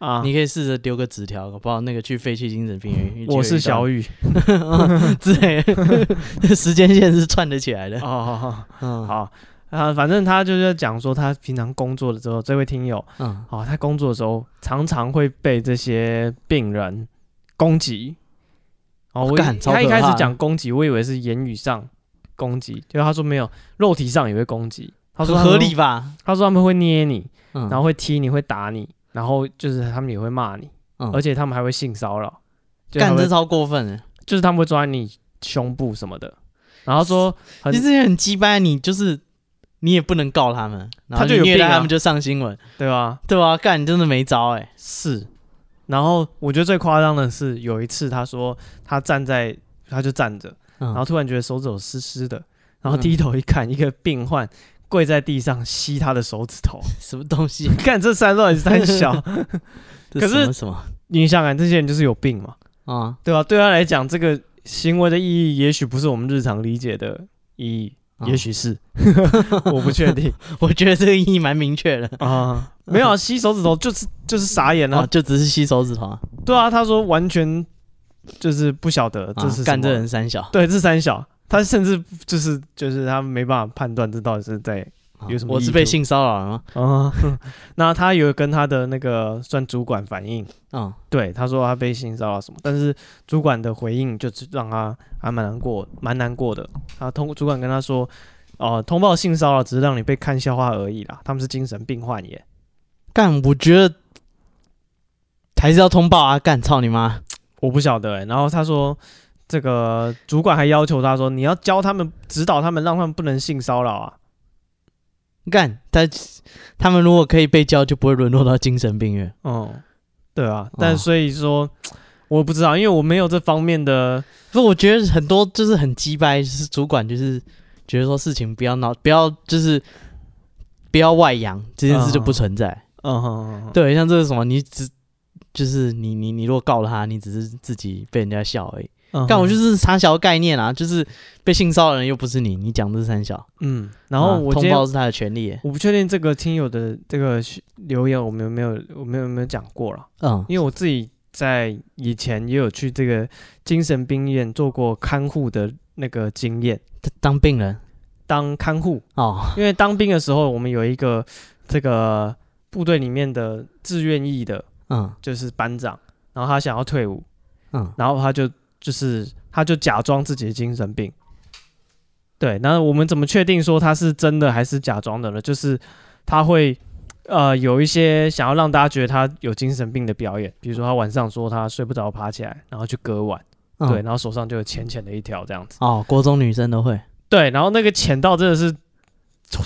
Speaker 1: 啊。
Speaker 2: 你可以试着丢个纸条，搞不好那个去废弃精神病院。
Speaker 1: 我是小
Speaker 2: 雨
Speaker 1: 雨。
Speaker 2: 之类的， 时间线是串得起来的
Speaker 1: 哦。哦，哦
Speaker 2: 嗯，，
Speaker 1: 好啊，反正他就是讲说他平常工作的时候，这位听友
Speaker 2: 嗯，
Speaker 1: 哦，他工作的时候常常会被这些病人攻击。哦，我
Speaker 2: 干
Speaker 1: 以
Speaker 2: 超
Speaker 1: 他一
Speaker 2: 可
Speaker 1: 开始
Speaker 2: 怕
Speaker 1: 讲攻击，我以为是言语上攻击，结果他说没有，肉体上也会攻击。他说
Speaker 2: 很
Speaker 1: 他们
Speaker 2: 合理吧？
Speaker 1: 他说他们会捏你，
Speaker 2: 嗯，
Speaker 1: 然后会踢你，会打你，然后就是他们也会骂你，
Speaker 2: 嗯
Speaker 1: 而且他们还会性骚扰，就他
Speaker 2: 干
Speaker 1: 们
Speaker 2: 这超过分的。
Speaker 1: 就是他们会抓你胸部什么的，然后说很
Speaker 2: 其实也很鸡掰，你就是你也不能告他们，然后
Speaker 1: 他就
Speaker 2: 你
Speaker 1: 有
Speaker 2: 虐
Speaker 1: 病
Speaker 2: 待
Speaker 1: 啊
Speaker 2: 他们就上新闻，
Speaker 1: 对吧？
Speaker 2: 对吧、干，你真的没招哎、
Speaker 1: 是，然后我觉得最夸张的是有一次他说他站在他就站着，
Speaker 2: 嗯
Speaker 1: 然后突然觉得手指头湿湿的，然后低头一看，一个病患跪在地上吸他的手指头，
Speaker 2: 什么东西？
Speaker 1: 看这三到底是三 小，可
Speaker 2: 这什
Speaker 1: 是
Speaker 2: 么什么
Speaker 1: 你想想看这些人就是有病嘛，
Speaker 2: 啊？
Speaker 1: 对吧、对他来讲，这个行为的意义也许不是我们日常理解的意义，
Speaker 2: 啊
Speaker 1: 也许是， 我不确定
Speaker 2: 我觉得这个意义蛮明确的。
Speaker 1: 啊。没有啊，吸手指头就是就是傻眼
Speaker 2: 然后
Speaker 1: 啊。
Speaker 2: 就只是吸手指头啊，
Speaker 1: 对啊，他说完全就是不晓得这
Speaker 2: 啊
Speaker 1: 是
Speaker 2: 干
Speaker 1: 什
Speaker 2: 这
Speaker 1: 么
Speaker 2: 人三小，
Speaker 1: 对，这三小，他甚至就是就是他没办法判断这到底是在
Speaker 2: 啊
Speaker 1: 有什么
Speaker 2: 我
Speaker 1: 意
Speaker 2: 是
Speaker 1: 图
Speaker 2: 被性骚扰了吗？
Speaker 1: 啊。 那他有跟他的那个算主管反映，
Speaker 2: 嗯，
Speaker 1: 对，他说他被性骚扰什么，但是主管的回应就是让他还蛮难过，蛮难过的。他通主管跟他说，哦、通报性骚扰只是让你被看笑话而已啦，他们是精神病患耶。
Speaker 2: 干，我觉得还是要通报啊！干，操你妈！
Speaker 1: 我不晓得哎、然后他说，这个主管还要求他说，你要教他们，指导他们，让他们不能性骚扰啊。
Speaker 2: 干，他他们如果可以被教，就不会沦落到精神病院。
Speaker 1: 嗯，对啊，
Speaker 2: 哦
Speaker 1: 但所以说。我不知道，因为我没有这方面的，
Speaker 2: 不，我觉得很多就是很鸡掰，就是主管就是觉得说事情不要闹，不要就是不要外扬，这件事就不存在。
Speaker 1: 嗯哼哼哼
Speaker 2: 对，像这个什么，你只就是你你你如果告了他，你只是自己被人家笑而已。
Speaker 1: 嗯哼
Speaker 2: 但我就是傻小概念啊，就是被性骚扰的人又不是你，你讲这是三小，
Speaker 1: 嗯，然后
Speaker 2: 啊
Speaker 1: 我今
Speaker 2: 通
Speaker 1: 天
Speaker 2: 报是他的权利耶。
Speaker 1: 我不确定这个听友的这个留言我们有没有我们有没有讲过了，
Speaker 2: 嗯
Speaker 1: 因为我自己在以前也有去这个精神病院做过看护的那个经验，
Speaker 2: 当病人
Speaker 1: 当看护，
Speaker 2: 哦，
Speaker 1: 因为当兵的时候我们有一个这个部队里面的志愿役的，
Speaker 2: 嗯
Speaker 1: 就是班长，然后他想要退伍，
Speaker 2: 嗯，
Speaker 1: 然后他就就是他就假装自己的精神病。对，那我们怎么确定说他是真的还是假装的呢？就是他会呃有一些想要让大家觉得他有精神病的表演，比如说他晚上说他睡不着爬起来，然后去割腕，
Speaker 2: 嗯
Speaker 1: 对，然后手上就有浅浅的一条这样子。
Speaker 2: 哦，国中女生都会，
Speaker 1: 对，然后那个浅到真的是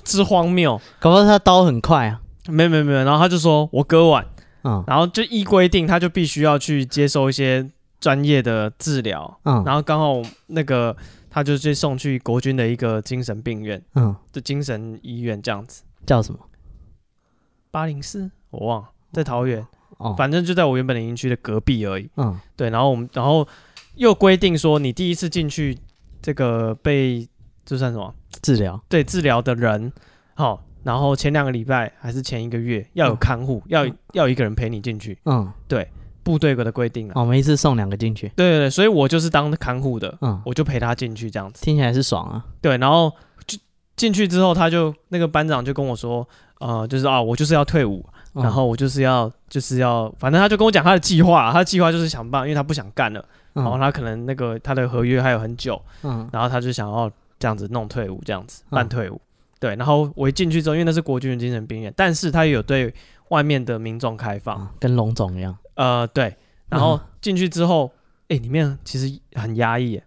Speaker 1: 之荒谬，
Speaker 2: 搞不好他刀很快啊。
Speaker 1: 没有没有没有，然后他就说我割腕，
Speaker 2: 嗯
Speaker 1: 然后就依规定他就必须要去接受一些专业的治疗，
Speaker 2: 嗯
Speaker 1: 然后刚好那个他就去送去国军的一个精神病院
Speaker 2: 嗯，
Speaker 1: 的精神医院这样子，
Speaker 2: 叫什么？
Speaker 1: 八零四我忘了，在桃园，
Speaker 2: 哦，
Speaker 1: 反正就在我原本的营区的隔壁而已。
Speaker 2: 嗯
Speaker 1: 对，然后我们然后又规定说，你第一次进去这个被这算什么？
Speaker 2: 治疗。
Speaker 1: 对，治疗的人，好、然后前两个礼拜还是前一个月要有
Speaker 2: 嗯
Speaker 1: 看护，要
Speaker 2: 嗯
Speaker 1: 要一个人陪你进去，
Speaker 2: 嗯，哦
Speaker 1: 部队有的规定了。啊
Speaker 2: 我们一次送两个进去。
Speaker 1: 对对对，所以我就是当看护的，
Speaker 2: 嗯，
Speaker 1: 我就陪他进去这样子。
Speaker 2: 听起来是爽啊。
Speaker 1: 对，然后就进去之后，他就那个班长就跟我说，呃，就是啊，我就是要退伍，
Speaker 2: 嗯
Speaker 1: 然后我就是要就是要，反正他就跟我讲他的计划，他的计划就是想办法，因为他不想干了，然后
Speaker 2: 嗯
Speaker 1: 他可能那个他的合约还有很久，
Speaker 2: 嗯
Speaker 1: 然后他就想要这样子弄退伍，这样子
Speaker 2: 嗯
Speaker 1: 办退伍。对，然后我一进去之后，因为那是国军的精神病院，但是他也有对外面的民众开放，
Speaker 2: 嗯跟龙总一样。
Speaker 1: 呃，对，然后
Speaker 2: 嗯
Speaker 1: 进去之后，哎、里面其实很压抑耶，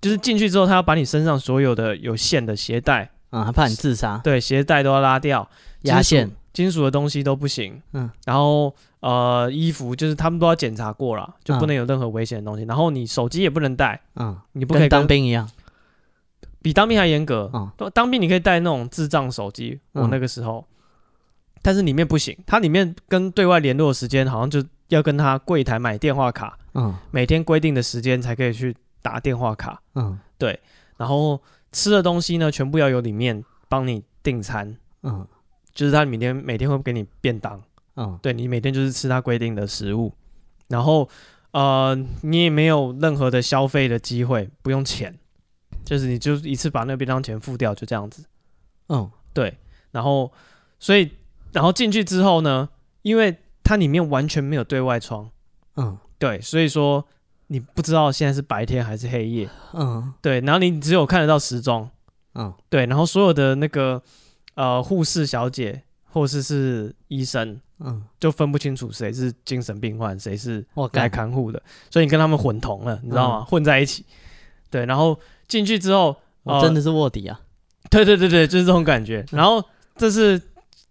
Speaker 1: 就是进去之后，他要把你身上所有的有线的鞋带，
Speaker 2: 嗯，他怕你自杀，
Speaker 1: 对，鞋带都要拉掉，
Speaker 2: 压线
Speaker 1: 金属、金属的东西都不行，
Speaker 2: 嗯
Speaker 1: 嗯，然后呃，衣服就是他们都要检查过了，就不
Speaker 2: 嗯
Speaker 1: 能有任何危险的东西，然后你手机也不能带，
Speaker 2: 嗯，
Speaker 1: 你不可
Speaker 2: 跟
Speaker 1: 以
Speaker 2: 当，兵一样。
Speaker 1: 比当兵还严格，
Speaker 2: 嗯
Speaker 1: 当当兵你可以带那种智障手机，我
Speaker 2: 嗯
Speaker 1: 那个时候，但是里面不行，它里面跟对外联络的时间好像就要跟他柜台买电话卡。
Speaker 2: 嗯
Speaker 1: 每天规定的时间才可以去打电话卡，
Speaker 2: 嗯
Speaker 1: 然后吃的东西呢，全部要由里面帮你订餐，
Speaker 2: 嗯
Speaker 1: 就是他每天每天会给你便当，
Speaker 2: 嗯
Speaker 1: 对你每天就是吃他规定的食物，然后呃，你也没有任何的消费的机会，不用钱，就是你就一次把那个便当钱付掉，就这样子。
Speaker 2: 嗯
Speaker 1: 对，然后所以然后进去之后呢，因为它里面完全没有对外窗，
Speaker 2: 嗯
Speaker 1: 对，所以说你不知道现在是白天还是黑夜，
Speaker 2: 嗯
Speaker 1: 对，然后你只有看得到时钟，
Speaker 2: 嗯
Speaker 1: 对，然后所有的那个呃护士小姐或是是医生
Speaker 2: 嗯，
Speaker 1: 就分不清楚谁是精神病患，谁是
Speaker 2: 我
Speaker 1: 来
Speaker 2: 干，
Speaker 1: 看护的，所以你跟他们混同了，你知道吗？
Speaker 2: 嗯
Speaker 1: 混在一起，对，然后进去之后，呃
Speaker 2: 我真的嗯是卧底啊！
Speaker 1: 对对对对，就是这种感觉。然后这是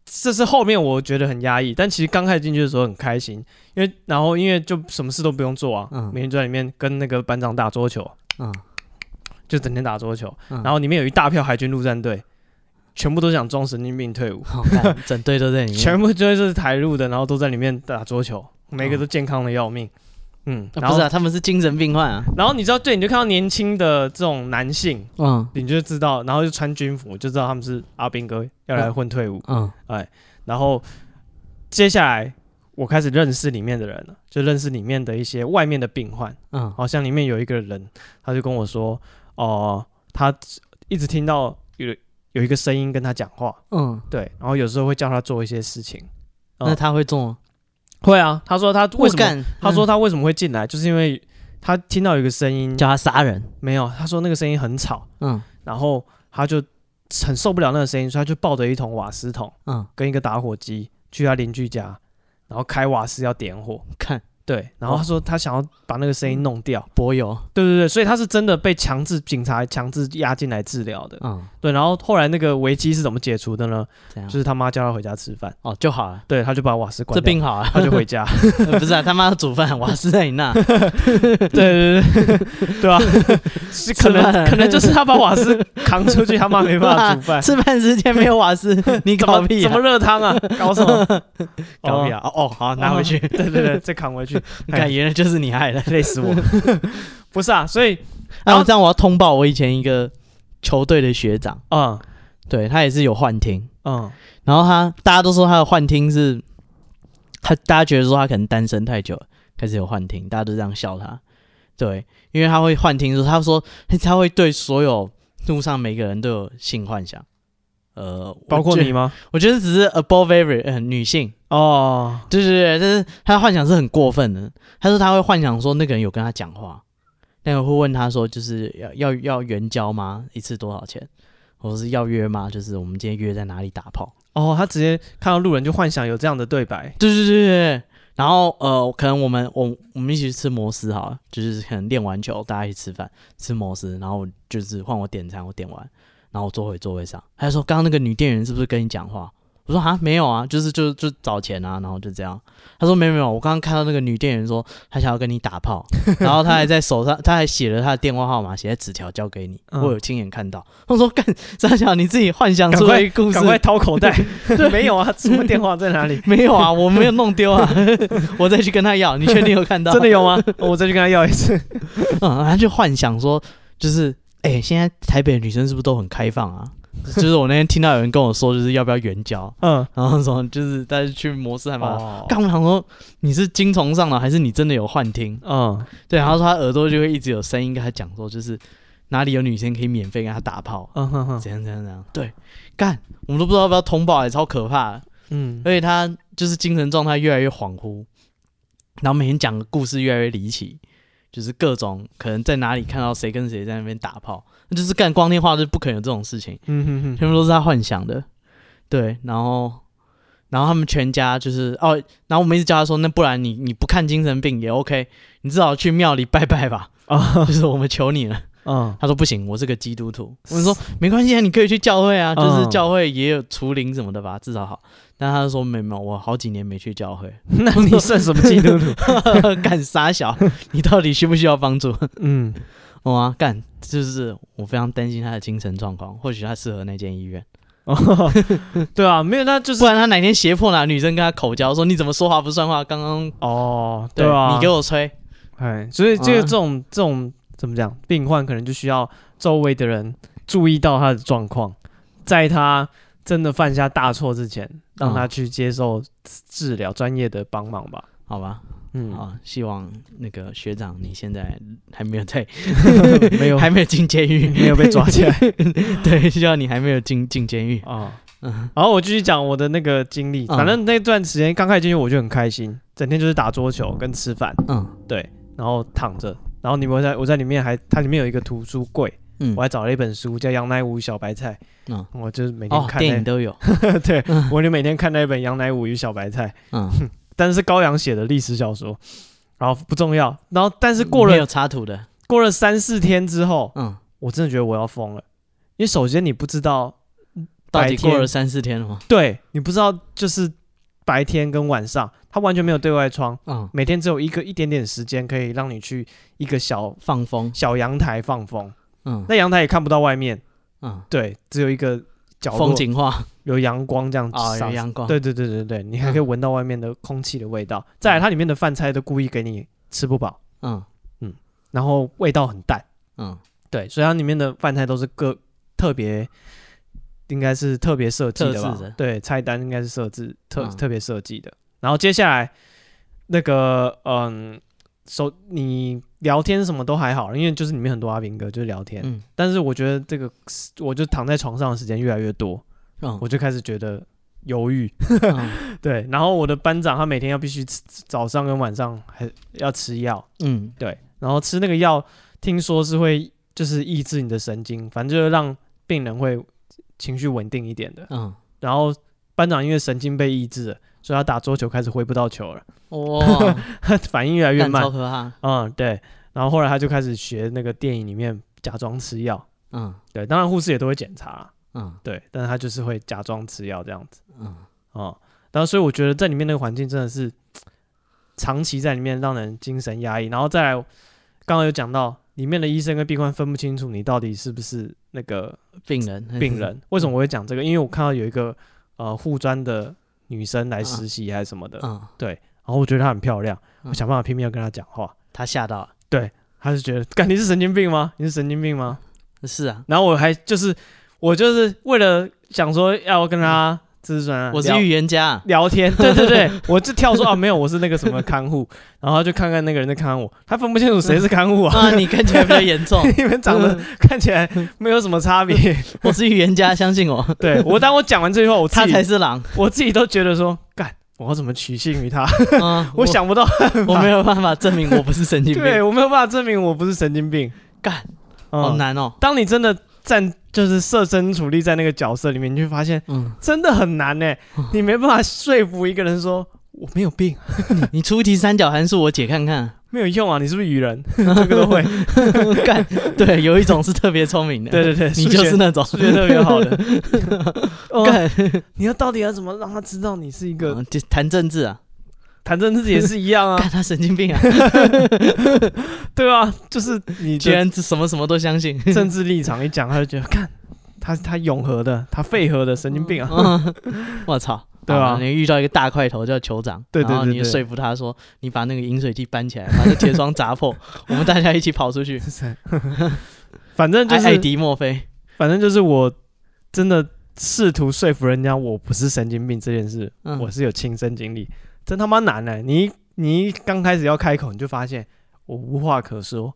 Speaker 1: 这是后面我觉得很压抑，但其实刚开始进去的时候很开心，因为然后因为就什么事都不用做啊，
Speaker 2: 嗯
Speaker 1: 每天就在里面跟那个班长打桌球，啊
Speaker 2: 嗯
Speaker 1: 就整天打桌球。
Speaker 2: 嗯
Speaker 1: 然后里面有一大票海军陆战队，全部都想装神经病退伍，
Speaker 2: 好 看，整队都在里面，啊
Speaker 1: 全部就是台陆的，然后都在里面打桌球，每个都健康的要命。嗯，
Speaker 2: 嗯啊
Speaker 1: 然
Speaker 2: 不
Speaker 1: 后、
Speaker 2: 是啊，他们是精神病患啊。
Speaker 1: 然后你知道，对，你就看到年轻的这种男性，
Speaker 2: 嗯
Speaker 1: 你就知道，然后就穿军服，就知道他们是阿兵哥要来混退伍。哎
Speaker 2: 嗯
Speaker 1: 然后接下来我开始认识里面的人了，就认识里面的一些外面的病患。
Speaker 2: 嗯
Speaker 1: 好像里面有一个人，他就跟我说，哦、他一直听到有有一个声音跟他讲话，
Speaker 2: 嗯，
Speaker 1: 对，然后有时候会叫他做一些事情。哦
Speaker 2: 那他会做吗？
Speaker 1: 会啊，他说他为什么？嗯
Speaker 2: 我干？
Speaker 1: 他说
Speaker 2: 他
Speaker 1: 他为什么会进来，就是因为他听到有一个声音，
Speaker 2: 叫他杀人。
Speaker 1: 没有，他说那个声音很吵，
Speaker 2: 嗯
Speaker 1: 然后他就很受不了那个声音，所以他就抱着一桶瓦斯桶
Speaker 2: 嗯，
Speaker 1: 跟一个打火机去他邻居家，然后开瓦斯要点火。
Speaker 2: 看
Speaker 1: 对，然后他说他想要把那个声音弄掉，
Speaker 2: 博友。
Speaker 1: 对对对，所以他是真的被强制警察强制押进来治疗的。
Speaker 2: 嗯，
Speaker 1: 对，然后后来那个危机是怎么解除的呢？
Speaker 2: 这样
Speaker 1: 就是他妈叫他回家吃饭，
Speaker 2: 哦就好了，
Speaker 1: 对，他就把瓦斯关
Speaker 2: 这
Speaker 1: 掉，
Speaker 2: 病好 啊。
Speaker 1: 他就回家。
Speaker 2: 不是啊，他妈的煮饭，瓦斯在你 那。
Speaker 1: 对对对对，对 吧？是可能
Speaker 2: 吃饭，
Speaker 1: 可能就是他把瓦斯扛出去，他妈没办法煮饭
Speaker 2: 吃饭时间没有 瓦斯，你
Speaker 1: 怎
Speaker 2: 搞
Speaker 1: 么
Speaker 2: 屁
Speaker 1: 怎
Speaker 2: 啊
Speaker 1: 么？热汤啊？搞什么？嗯哎搞屁
Speaker 2: 搞
Speaker 1: 啊！
Speaker 2: 哦哦，好拿回去。
Speaker 1: 对对对，再扛回去，
Speaker 2: 感原来就是你害的。
Speaker 1: 累死 我。不是啊，所以然
Speaker 2: 然
Speaker 1: 后
Speaker 2: 后这样我要通报我以前一个球队的学长，
Speaker 1: 嗯
Speaker 2: 对他也是有幻听，
Speaker 1: 嗯
Speaker 2: 然后他大家都说他的幻听是，他大家觉得说他可能单身太久了，开始有幻听，大家都这样笑他，对，因为他会幻听说，他说他他会对所有路上每个人都有性幻想，呃，我
Speaker 1: 包括
Speaker 2: 觉
Speaker 1: 你吗？
Speaker 2: 我觉得只是 above every 呃女性，
Speaker 1: 哦，
Speaker 2: 对对对，但是他的幻想是很过分的。他说他会幻想说那个人有跟他讲话，那个人会问他说就是要要要援交吗？一次多少钱？或者是要约吗？就是我们今天约在哪里打炮？
Speaker 1: 哦，他直接看到路人就幻想有这样的对白，
Speaker 2: 对对对对对。然后呃，可能我们我我们一起去吃摩斯好了，就是可能练完球大家一起吃饭吃摩斯，然后就是换我点餐，我点完，然后我坐回座位上。他就说刚刚那个女店员是不是跟你讲话？我说啊没有啊，就是就就找钱啊，然后就这样。他说没有没有，我刚刚看到那个女店员说她想要跟你打炮，然后她还在手上，她还写了她的电话号码，写在纸条交给你，
Speaker 1: 嗯
Speaker 2: 我有亲眼看到。我说干傻小，你自己幻想出
Speaker 1: 赶快
Speaker 2: 来一个故事？
Speaker 1: 赶，快掏口袋。 没有啊，什么电话在哪里
Speaker 2: 没有啊，我没有弄丢啊， 我再去跟他要。你确定有看 到？
Speaker 1: 真的有吗？我再去跟他要一次。
Speaker 2: 嗯，他就幻想说，就是哎、现在台北的女生是不是都很开放啊？就是我那天听到有人跟我说，就是要不要援交，
Speaker 1: 嗯，
Speaker 2: 然后说就是大家去摩斯还蛮。
Speaker 1: 哦，
Speaker 2: 刚我想说你是精虫上脑还是你真的有幻听？
Speaker 1: 嗯，
Speaker 2: 对，然后说他耳朵就会一直有声音跟他讲说，就是哪里有女生可以免费跟他打炮，
Speaker 1: 嗯哼哼，
Speaker 2: 怎样怎样怎样。对，干，我们都不知道要不要通报、也超可怕的。
Speaker 1: 嗯
Speaker 2: 而且他就是精神状态越来越恍惚，然后每天讲的故事越来越离奇，就是各种可能在哪里看到谁跟谁在那边打炮，那就是干光天化日不可能有这种事情，
Speaker 1: 嗯哼哼，
Speaker 2: 全部都是他幻想的。对，然后然后他们全家就是哦，然后我们一直叫他说，那不然你你不看精神病也 OK，你至少去庙里拜拜吧，
Speaker 1: 啊，
Speaker 2: 就是我们求你了。
Speaker 1: 嗯
Speaker 2: 他说不行，我是个基督徒。我说没关系啊，你可以去教会啊，
Speaker 1: 嗯
Speaker 2: 就是教会也有除灵什么的吧，至少好。但他就说没有，我好几年没去 教会，
Speaker 1: 那你算什么基督徒？
Speaker 2: 干傻小，你到底需不需要帮助？
Speaker 1: 嗯，
Speaker 2: 我、啊干，就是我非常担心他的精神状况，或许他适合那间医院，
Speaker 1: 哦， 对啊，没有，那就是
Speaker 2: 不然他哪天胁迫哪个女生跟他口交说你怎么说话不算话，刚刚
Speaker 1: 哦，对啊，
Speaker 2: 你给我吹，
Speaker 1: 哎，所以这个
Speaker 2: 啊
Speaker 1: 这种这种怎么讲，病患可能就需要周围的人注意到他的状况，在他真的犯下大错之前，让他去接受治疗专业的帮忙吧。
Speaker 2: 好吧，
Speaker 1: 嗯，
Speaker 2: 啊，希望那个学长你现在还没有在，
Speaker 1: 没有
Speaker 2: 还没有进监狱，
Speaker 1: 没有被抓起来
Speaker 2: 对，希望你还没有进进监狱。
Speaker 1: 啊。
Speaker 2: 嗯，
Speaker 1: 然后我继续讲我的那个经历，
Speaker 2: 嗯
Speaker 1: 反正那段时间刚开始进去我就很开心，整天就是打桌球跟吃饭，
Speaker 2: 嗯
Speaker 1: 对，然后躺着，然后你们在我在里面还它里面有一个图书柜，
Speaker 2: 嗯
Speaker 1: 我，还找了一本书叫《杨乃武与小白菜》，
Speaker 2: 嗯
Speaker 1: 我就是每天
Speaker 2: 哦，
Speaker 1: 看
Speaker 2: 电影
Speaker 1: 那，
Speaker 2: 都有，
Speaker 1: 对我就每天看那一本《杨乃武与小白菜》，
Speaker 2: 嗯，
Speaker 1: 但是高阳写的历史小说，然后不重要，然后 但是过
Speaker 2: 没
Speaker 1: 了
Speaker 2: 有插图的，
Speaker 1: 过了三四天之后，
Speaker 2: 嗯，
Speaker 1: 我真的觉得我要疯了，因为首先你不知道
Speaker 2: 到
Speaker 1: 白
Speaker 2: 底
Speaker 1: 天
Speaker 2: 过了三四天了吗？
Speaker 1: 对你不知道就是白天跟晚上，它完全没有对外窗，
Speaker 2: 嗯，
Speaker 1: 每天只有一个一点点时间可以让你去一个小
Speaker 2: 放风，
Speaker 1: 小阳台放风，
Speaker 2: 嗯
Speaker 1: 那阳台也看不到外面，
Speaker 2: 嗯，
Speaker 1: 对，只有一个角落
Speaker 2: 风景画
Speaker 1: 有阳光这样
Speaker 2: 啊，
Speaker 1: 洒
Speaker 2: 有 阳光，嗯
Speaker 1: 对对对对对，你还可以闻到外面的空气的味道。再来，它里面的饭菜都故意给你吃不饱，
Speaker 2: 嗯
Speaker 1: 然后味道很淡，
Speaker 2: 嗯，
Speaker 1: 对，所以它里面的饭菜都是各特别，应该是特别设计的
Speaker 2: 特
Speaker 1: 吧
Speaker 2: 制的？
Speaker 1: 对，菜单应该是设置特、
Speaker 2: 嗯
Speaker 1: 特别设计的。然后接下来那个嗯，手你聊天什么都还好，因为就是里面很多阿兵哥就是聊天，
Speaker 2: 嗯
Speaker 1: 但是我觉得这个我就躺在床上的时间越来越多，
Speaker 2: 嗯
Speaker 1: 我就开始觉得犹豫。
Speaker 2: 嗯
Speaker 1: 对，然后我的班长他每天要必须吃早上跟晚上还要吃药，
Speaker 2: 嗯
Speaker 1: 对，然后吃那个药，听说是会就是抑制你的神经，反正就是让病人会情绪稳定一点的。
Speaker 2: 嗯，
Speaker 1: 然后班长因为神经被抑制了，所以他打桌球开始挥不到球了，
Speaker 2: 哇，
Speaker 1: 反应越来越
Speaker 2: 干超
Speaker 1: 慢。
Speaker 2: 可怕，
Speaker 1: 嗯，对。然后后来他就开始学那个电影里面假装吃药，
Speaker 2: 嗯
Speaker 1: 对，当然护士也都会检查，
Speaker 2: 嗯
Speaker 1: 对，但是他就是会假装吃药这样子。
Speaker 2: 嗯。
Speaker 1: 哦，然后所以我觉得在里面那个环境真的是长期在里面让人精神压抑，然后再来，刚刚有讲到里面的医生跟病患分不清楚你到底是不是那个
Speaker 2: 病人，
Speaker 1: 病人。为
Speaker 2: 嗯
Speaker 1: 什么我会讲这个？因为我看到有一个呃护专的女生
Speaker 2: 啊
Speaker 1: 来实习还是什么的，
Speaker 2: 嗯，
Speaker 1: 然后我觉得她很漂亮，
Speaker 2: 嗯
Speaker 1: 我想办法拼命要跟她讲话，
Speaker 2: 他吓到了。
Speaker 1: 她就觉得，干你是神经病吗？你是神经病吗？
Speaker 2: 是啊，
Speaker 1: 然后我还就是我就是为了想说要跟她就是说
Speaker 2: 我是
Speaker 1: 聊
Speaker 2: 预言家啊。
Speaker 1: 聊天，对对对， 我就跳说啊，没有，我是那个什么看护， 然后他就看看那个人在看看我，他分不清楚谁是看护啊，
Speaker 2: 啊，你看起来比较严重。
Speaker 1: 你们 长
Speaker 2: 嗯
Speaker 1: 得看起来没有什么差 别。
Speaker 2: 我是预言家，相信 我，
Speaker 1: 对我，当我讲完这句话，我
Speaker 2: 他
Speaker 1: 自
Speaker 2: 才
Speaker 1: 己
Speaker 2: 是 狼。
Speaker 1: 我自己都觉得说，干，我要怎么取信于 他？
Speaker 2: 嗯，
Speaker 1: 我想不到，
Speaker 2: 我没有办法证明我不是神经
Speaker 1: 对
Speaker 2: 病，哦
Speaker 1: 我没有办法证明我不是神经病，
Speaker 2: 干，
Speaker 1: 嗯
Speaker 2: 好难哦。
Speaker 1: 当你真的站，就是设身处地在那个角色里面，你就发现
Speaker 2: 嗯，
Speaker 1: 真的很难 呢、你没办法说服一个人说我没有病，
Speaker 2: 你出一题三角函数，我解看看。
Speaker 1: 没有用啊，你是不是愚人？这个都会，
Speaker 2: 干，对，有一种是特别聪明的，
Speaker 1: 对，对对，
Speaker 2: 你
Speaker 1: 数
Speaker 2: 就
Speaker 1: 学
Speaker 2: 是那种
Speaker 1: 数学特别好 的。哦
Speaker 2: 干，
Speaker 1: 你要到底要怎么让他知道你是一个
Speaker 2: 嗯就谈政治啊，
Speaker 1: 谈政治也是一样啊
Speaker 2: 干，他神经 病啊，
Speaker 1: 对啊，就是你
Speaker 2: 居
Speaker 1: 的
Speaker 2: 然什么什么都 相信。
Speaker 1: 政治立场一讲，他就觉得看他他永和的，他废和的神经病啊，
Speaker 2: 嗯 我操，
Speaker 1: 对啊
Speaker 2: 好你遇到一个大块头叫酋长，
Speaker 1: 对对
Speaker 2: 然后
Speaker 1: 对
Speaker 2: 你就
Speaker 1: 对
Speaker 2: 说服他说，你把那个饮水机搬起来，把那铁窗 砸破，我们大家一起跑出去，
Speaker 1: 反正就
Speaker 2: 艾艾
Speaker 1: 是
Speaker 2: 迪墨菲，
Speaker 1: 反正就是我真的试图说服人家我不是神经病这件事，
Speaker 2: 嗯
Speaker 1: 我是有亲身经历，真他妈难呢、你你一刚开始要开口，你就发现我无话可说，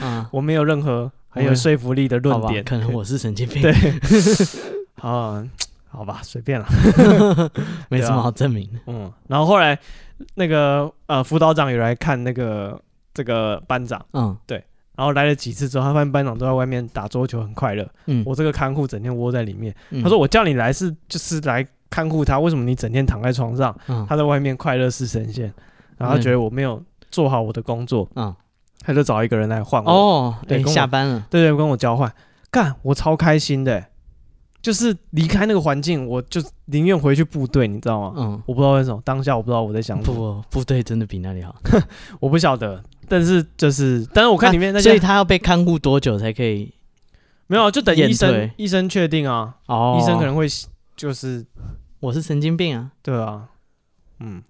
Speaker 2: 嗯，
Speaker 1: 我没有任何很有
Speaker 2: 我
Speaker 1: 说服力的
Speaker 2: 好
Speaker 1: 论
Speaker 2: 吧
Speaker 1: 点，
Speaker 2: 可能我是神经 病，
Speaker 1: 对，啊， 好吧，随 便了。
Speaker 2: 没什
Speaker 1: 对
Speaker 2: 么
Speaker 1: 啊
Speaker 2: 好证明的。
Speaker 1: 嗯，然后后来那个呃辅导长有来看那个这个班长，
Speaker 2: 嗯
Speaker 1: 然后来了几次之后，他发现班长都在外面打桌球，很快乐。
Speaker 2: 嗯，
Speaker 1: 我这个看护整天窝在里面，
Speaker 2: 嗯
Speaker 1: 他说我叫你来是就是来看护他，为什么你整天躺在床上？
Speaker 2: 嗯
Speaker 1: 他在外面快乐是神仙，然后他觉得我没有做好我的工作，
Speaker 2: 嗯
Speaker 1: 他就找一个人来换我。
Speaker 2: 哦，
Speaker 1: 对
Speaker 2: 对，
Speaker 1: 跟我
Speaker 2: 下班了，
Speaker 1: 对对，跟我交换，干，我超开心的欸，就是离开那个环境，我就宁愿回去部队，你知道吗？
Speaker 2: 嗯，
Speaker 1: 我不知道为什么，当下我不知道我在想什么，
Speaker 2: 不，部队真的比那里好。
Speaker 1: 我不晓得，但是就是，但是我看里面那
Speaker 2: 啊
Speaker 1: 些、
Speaker 2: 所以他要被看护多久才可以？
Speaker 1: 没有，就等
Speaker 2: 验
Speaker 1: 医生
Speaker 2: 退
Speaker 1: 医生确定啊，
Speaker 2: 哦，
Speaker 1: 医生可能会就是
Speaker 2: 我是神经病啊，
Speaker 1: 对啊，嗯，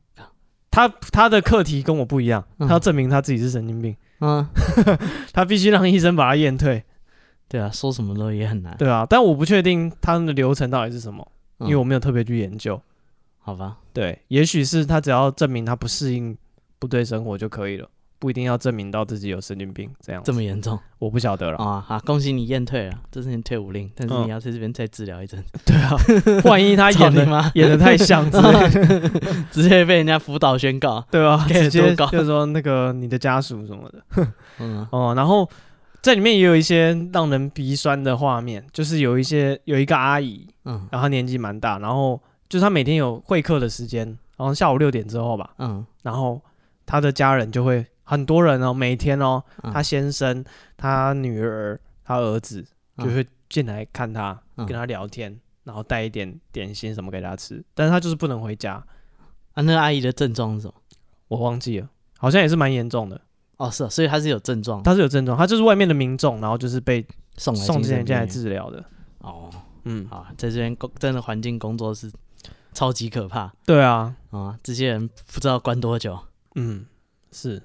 Speaker 1: 他他的课题跟我不一样，他要
Speaker 2: 嗯
Speaker 1: 证明他自己是神经病，
Speaker 2: 嗯，
Speaker 1: 他必须让医生把他验退，
Speaker 2: 对啊，说什么都也很难，
Speaker 1: 对啊，但我不确定他们的流程到底是什么，因为
Speaker 2: 嗯
Speaker 1: 我没有特别去研究。
Speaker 2: 好吧？
Speaker 1: 对，也许是他只要证明他不适应部队生活就可以了，不一定要证明到自己有神经病这样子。哦
Speaker 2: 这么严重
Speaker 1: 我不晓得了，
Speaker 2: 啊！好，恭喜你验退了，这是你退伍令，但是
Speaker 1: 嗯
Speaker 2: 你要在这边再治疗一阵。
Speaker 1: 对啊， 万一他
Speaker 2: 操
Speaker 1: 演
Speaker 2: 你
Speaker 1: 的
Speaker 2: 妈！
Speaker 1: 演的太像之类的，
Speaker 2: 直接被人家辅导宣告。
Speaker 1: 对 吧、啊？
Speaker 2: 可以
Speaker 1: 直
Speaker 2: 多
Speaker 1: 接
Speaker 2: 搞
Speaker 1: 就说那个你的家属什么的
Speaker 2: 嗯，
Speaker 1: 哦，然后这里面也有一些让人鼻酸的画面，就是有一些有一个阿姨，
Speaker 2: 嗯
Speaker 1: 然后她年纪蛮大，然后就是她每天有会客的时间，然后下午六点之后吧，
Speaker 2: 嗯
Speaker 1: 然后他的家人就会很多人哦，每天哦，
Speaker 2: 嗯
Speaker 1: 他先生、他女儿、他儿子就
Speaker 2: 嗯
Speaker 1: 会进来看他，
Speaker 2: 嗯
Speaker 1: 跟他聊天，然后带一点点心什么给他吃，但是他就是不能回家，
Speaker 2: 啊，那个阿姨的症状是什么？
Speaker 1: 我忘记了，好像也是蛮严重的，
Speaker 2: 哦，是、啊，所以她是有症状，
Speaker 1: 他是有症状，他就是外面的民众，然后就是被
Speaker 2: 送来
Speaker 1: 送
Speaker 2: 精
Speaker 1: 进
Speaker 2: 神
Speaker 1: 人家来
Speaker 2: 病院
Speaker 1: 治疗的，
Speaker 2: 哦，
Speaker 1: 嗯，
Speaker 2: 好，在这边工真的环境工作是超级可怕啊、
Speaker 1: 对啊，
Speaker 2: 这些人不知道关多久，
Speaker 1: 嗯，是。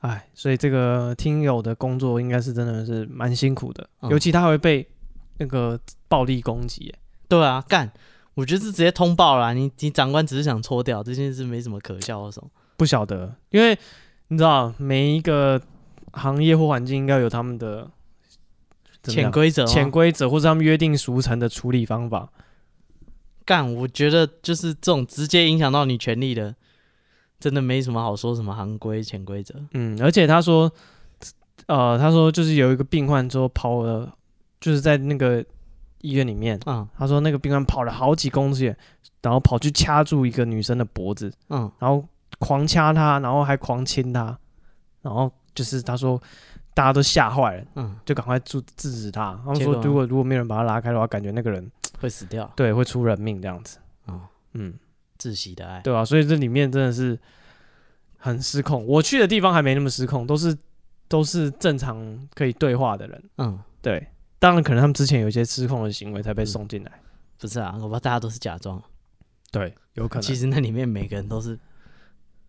Speaker 1: 哎，所以这个听友的工作应该是真的是蛮辛苦的，
Speaker 2: 嗯
Speaker 1: 尤其他还会被那个暴力攻击耶，
Speaker 2: 对啊，干，我觉得是直接通报啦、你你长官只是想搓掉这件事，没什么可笑或什么。
Speaker 1: 不晓得，因为你知道每一个行业或环境应该有他们的怎么
Speaker 2: 潜
Speaker 1: 样
Speaker 2: 规则吗，
Speaker 1: 潜规则，或是他们约定俗成的处理方法。
Speaker 2: 干，我觉得就是这种直接影响到你权利的，真的没什么好说什么行规潜规则。
Speaker 1: 嗯，而且他说，呃，他说就是有一个病患之后跑了，就是在那个医院里面，
Speaker 2: 嗯
Speaker 1: 他说那个病患跑了好几公尺，然后跑去掐住一个女生的脖子，
Speaker 2: 嗯，
Speaker 1: 然后狂掐她，然后还狂亲她，然后就是他说大家都吓坏了。
Speaker 2: 嗯，
Speaker 1: 就赶快制制止他。他们
Speaker 2: 结
Speaker 1: 说
Speaker 2: 果，呢
Speaker 1: 如果如果没有人把他拉开的话，感觉那个人
Speaker 2: 会死掉，
Speaker 1: 对会出人命这样子。
Speaker 2: 哦
Speaker 1: 嗯，
Speaker 2: 窒息的爱。
Speaker 1: 对啊，所以这里面真的是很失控。我去的地方还没那么失控，都是都是正常可以对话的人。
Speaker 2: 嗯，
Speaker 1: 对，当然可能他们之前有一些失控的行为才被送进来。
Speaker 2: 不是啊，我怕大家都是假装。
Speaker 1: 嗯对，有可能。
Speaker 2: 其实那里面每个人都是，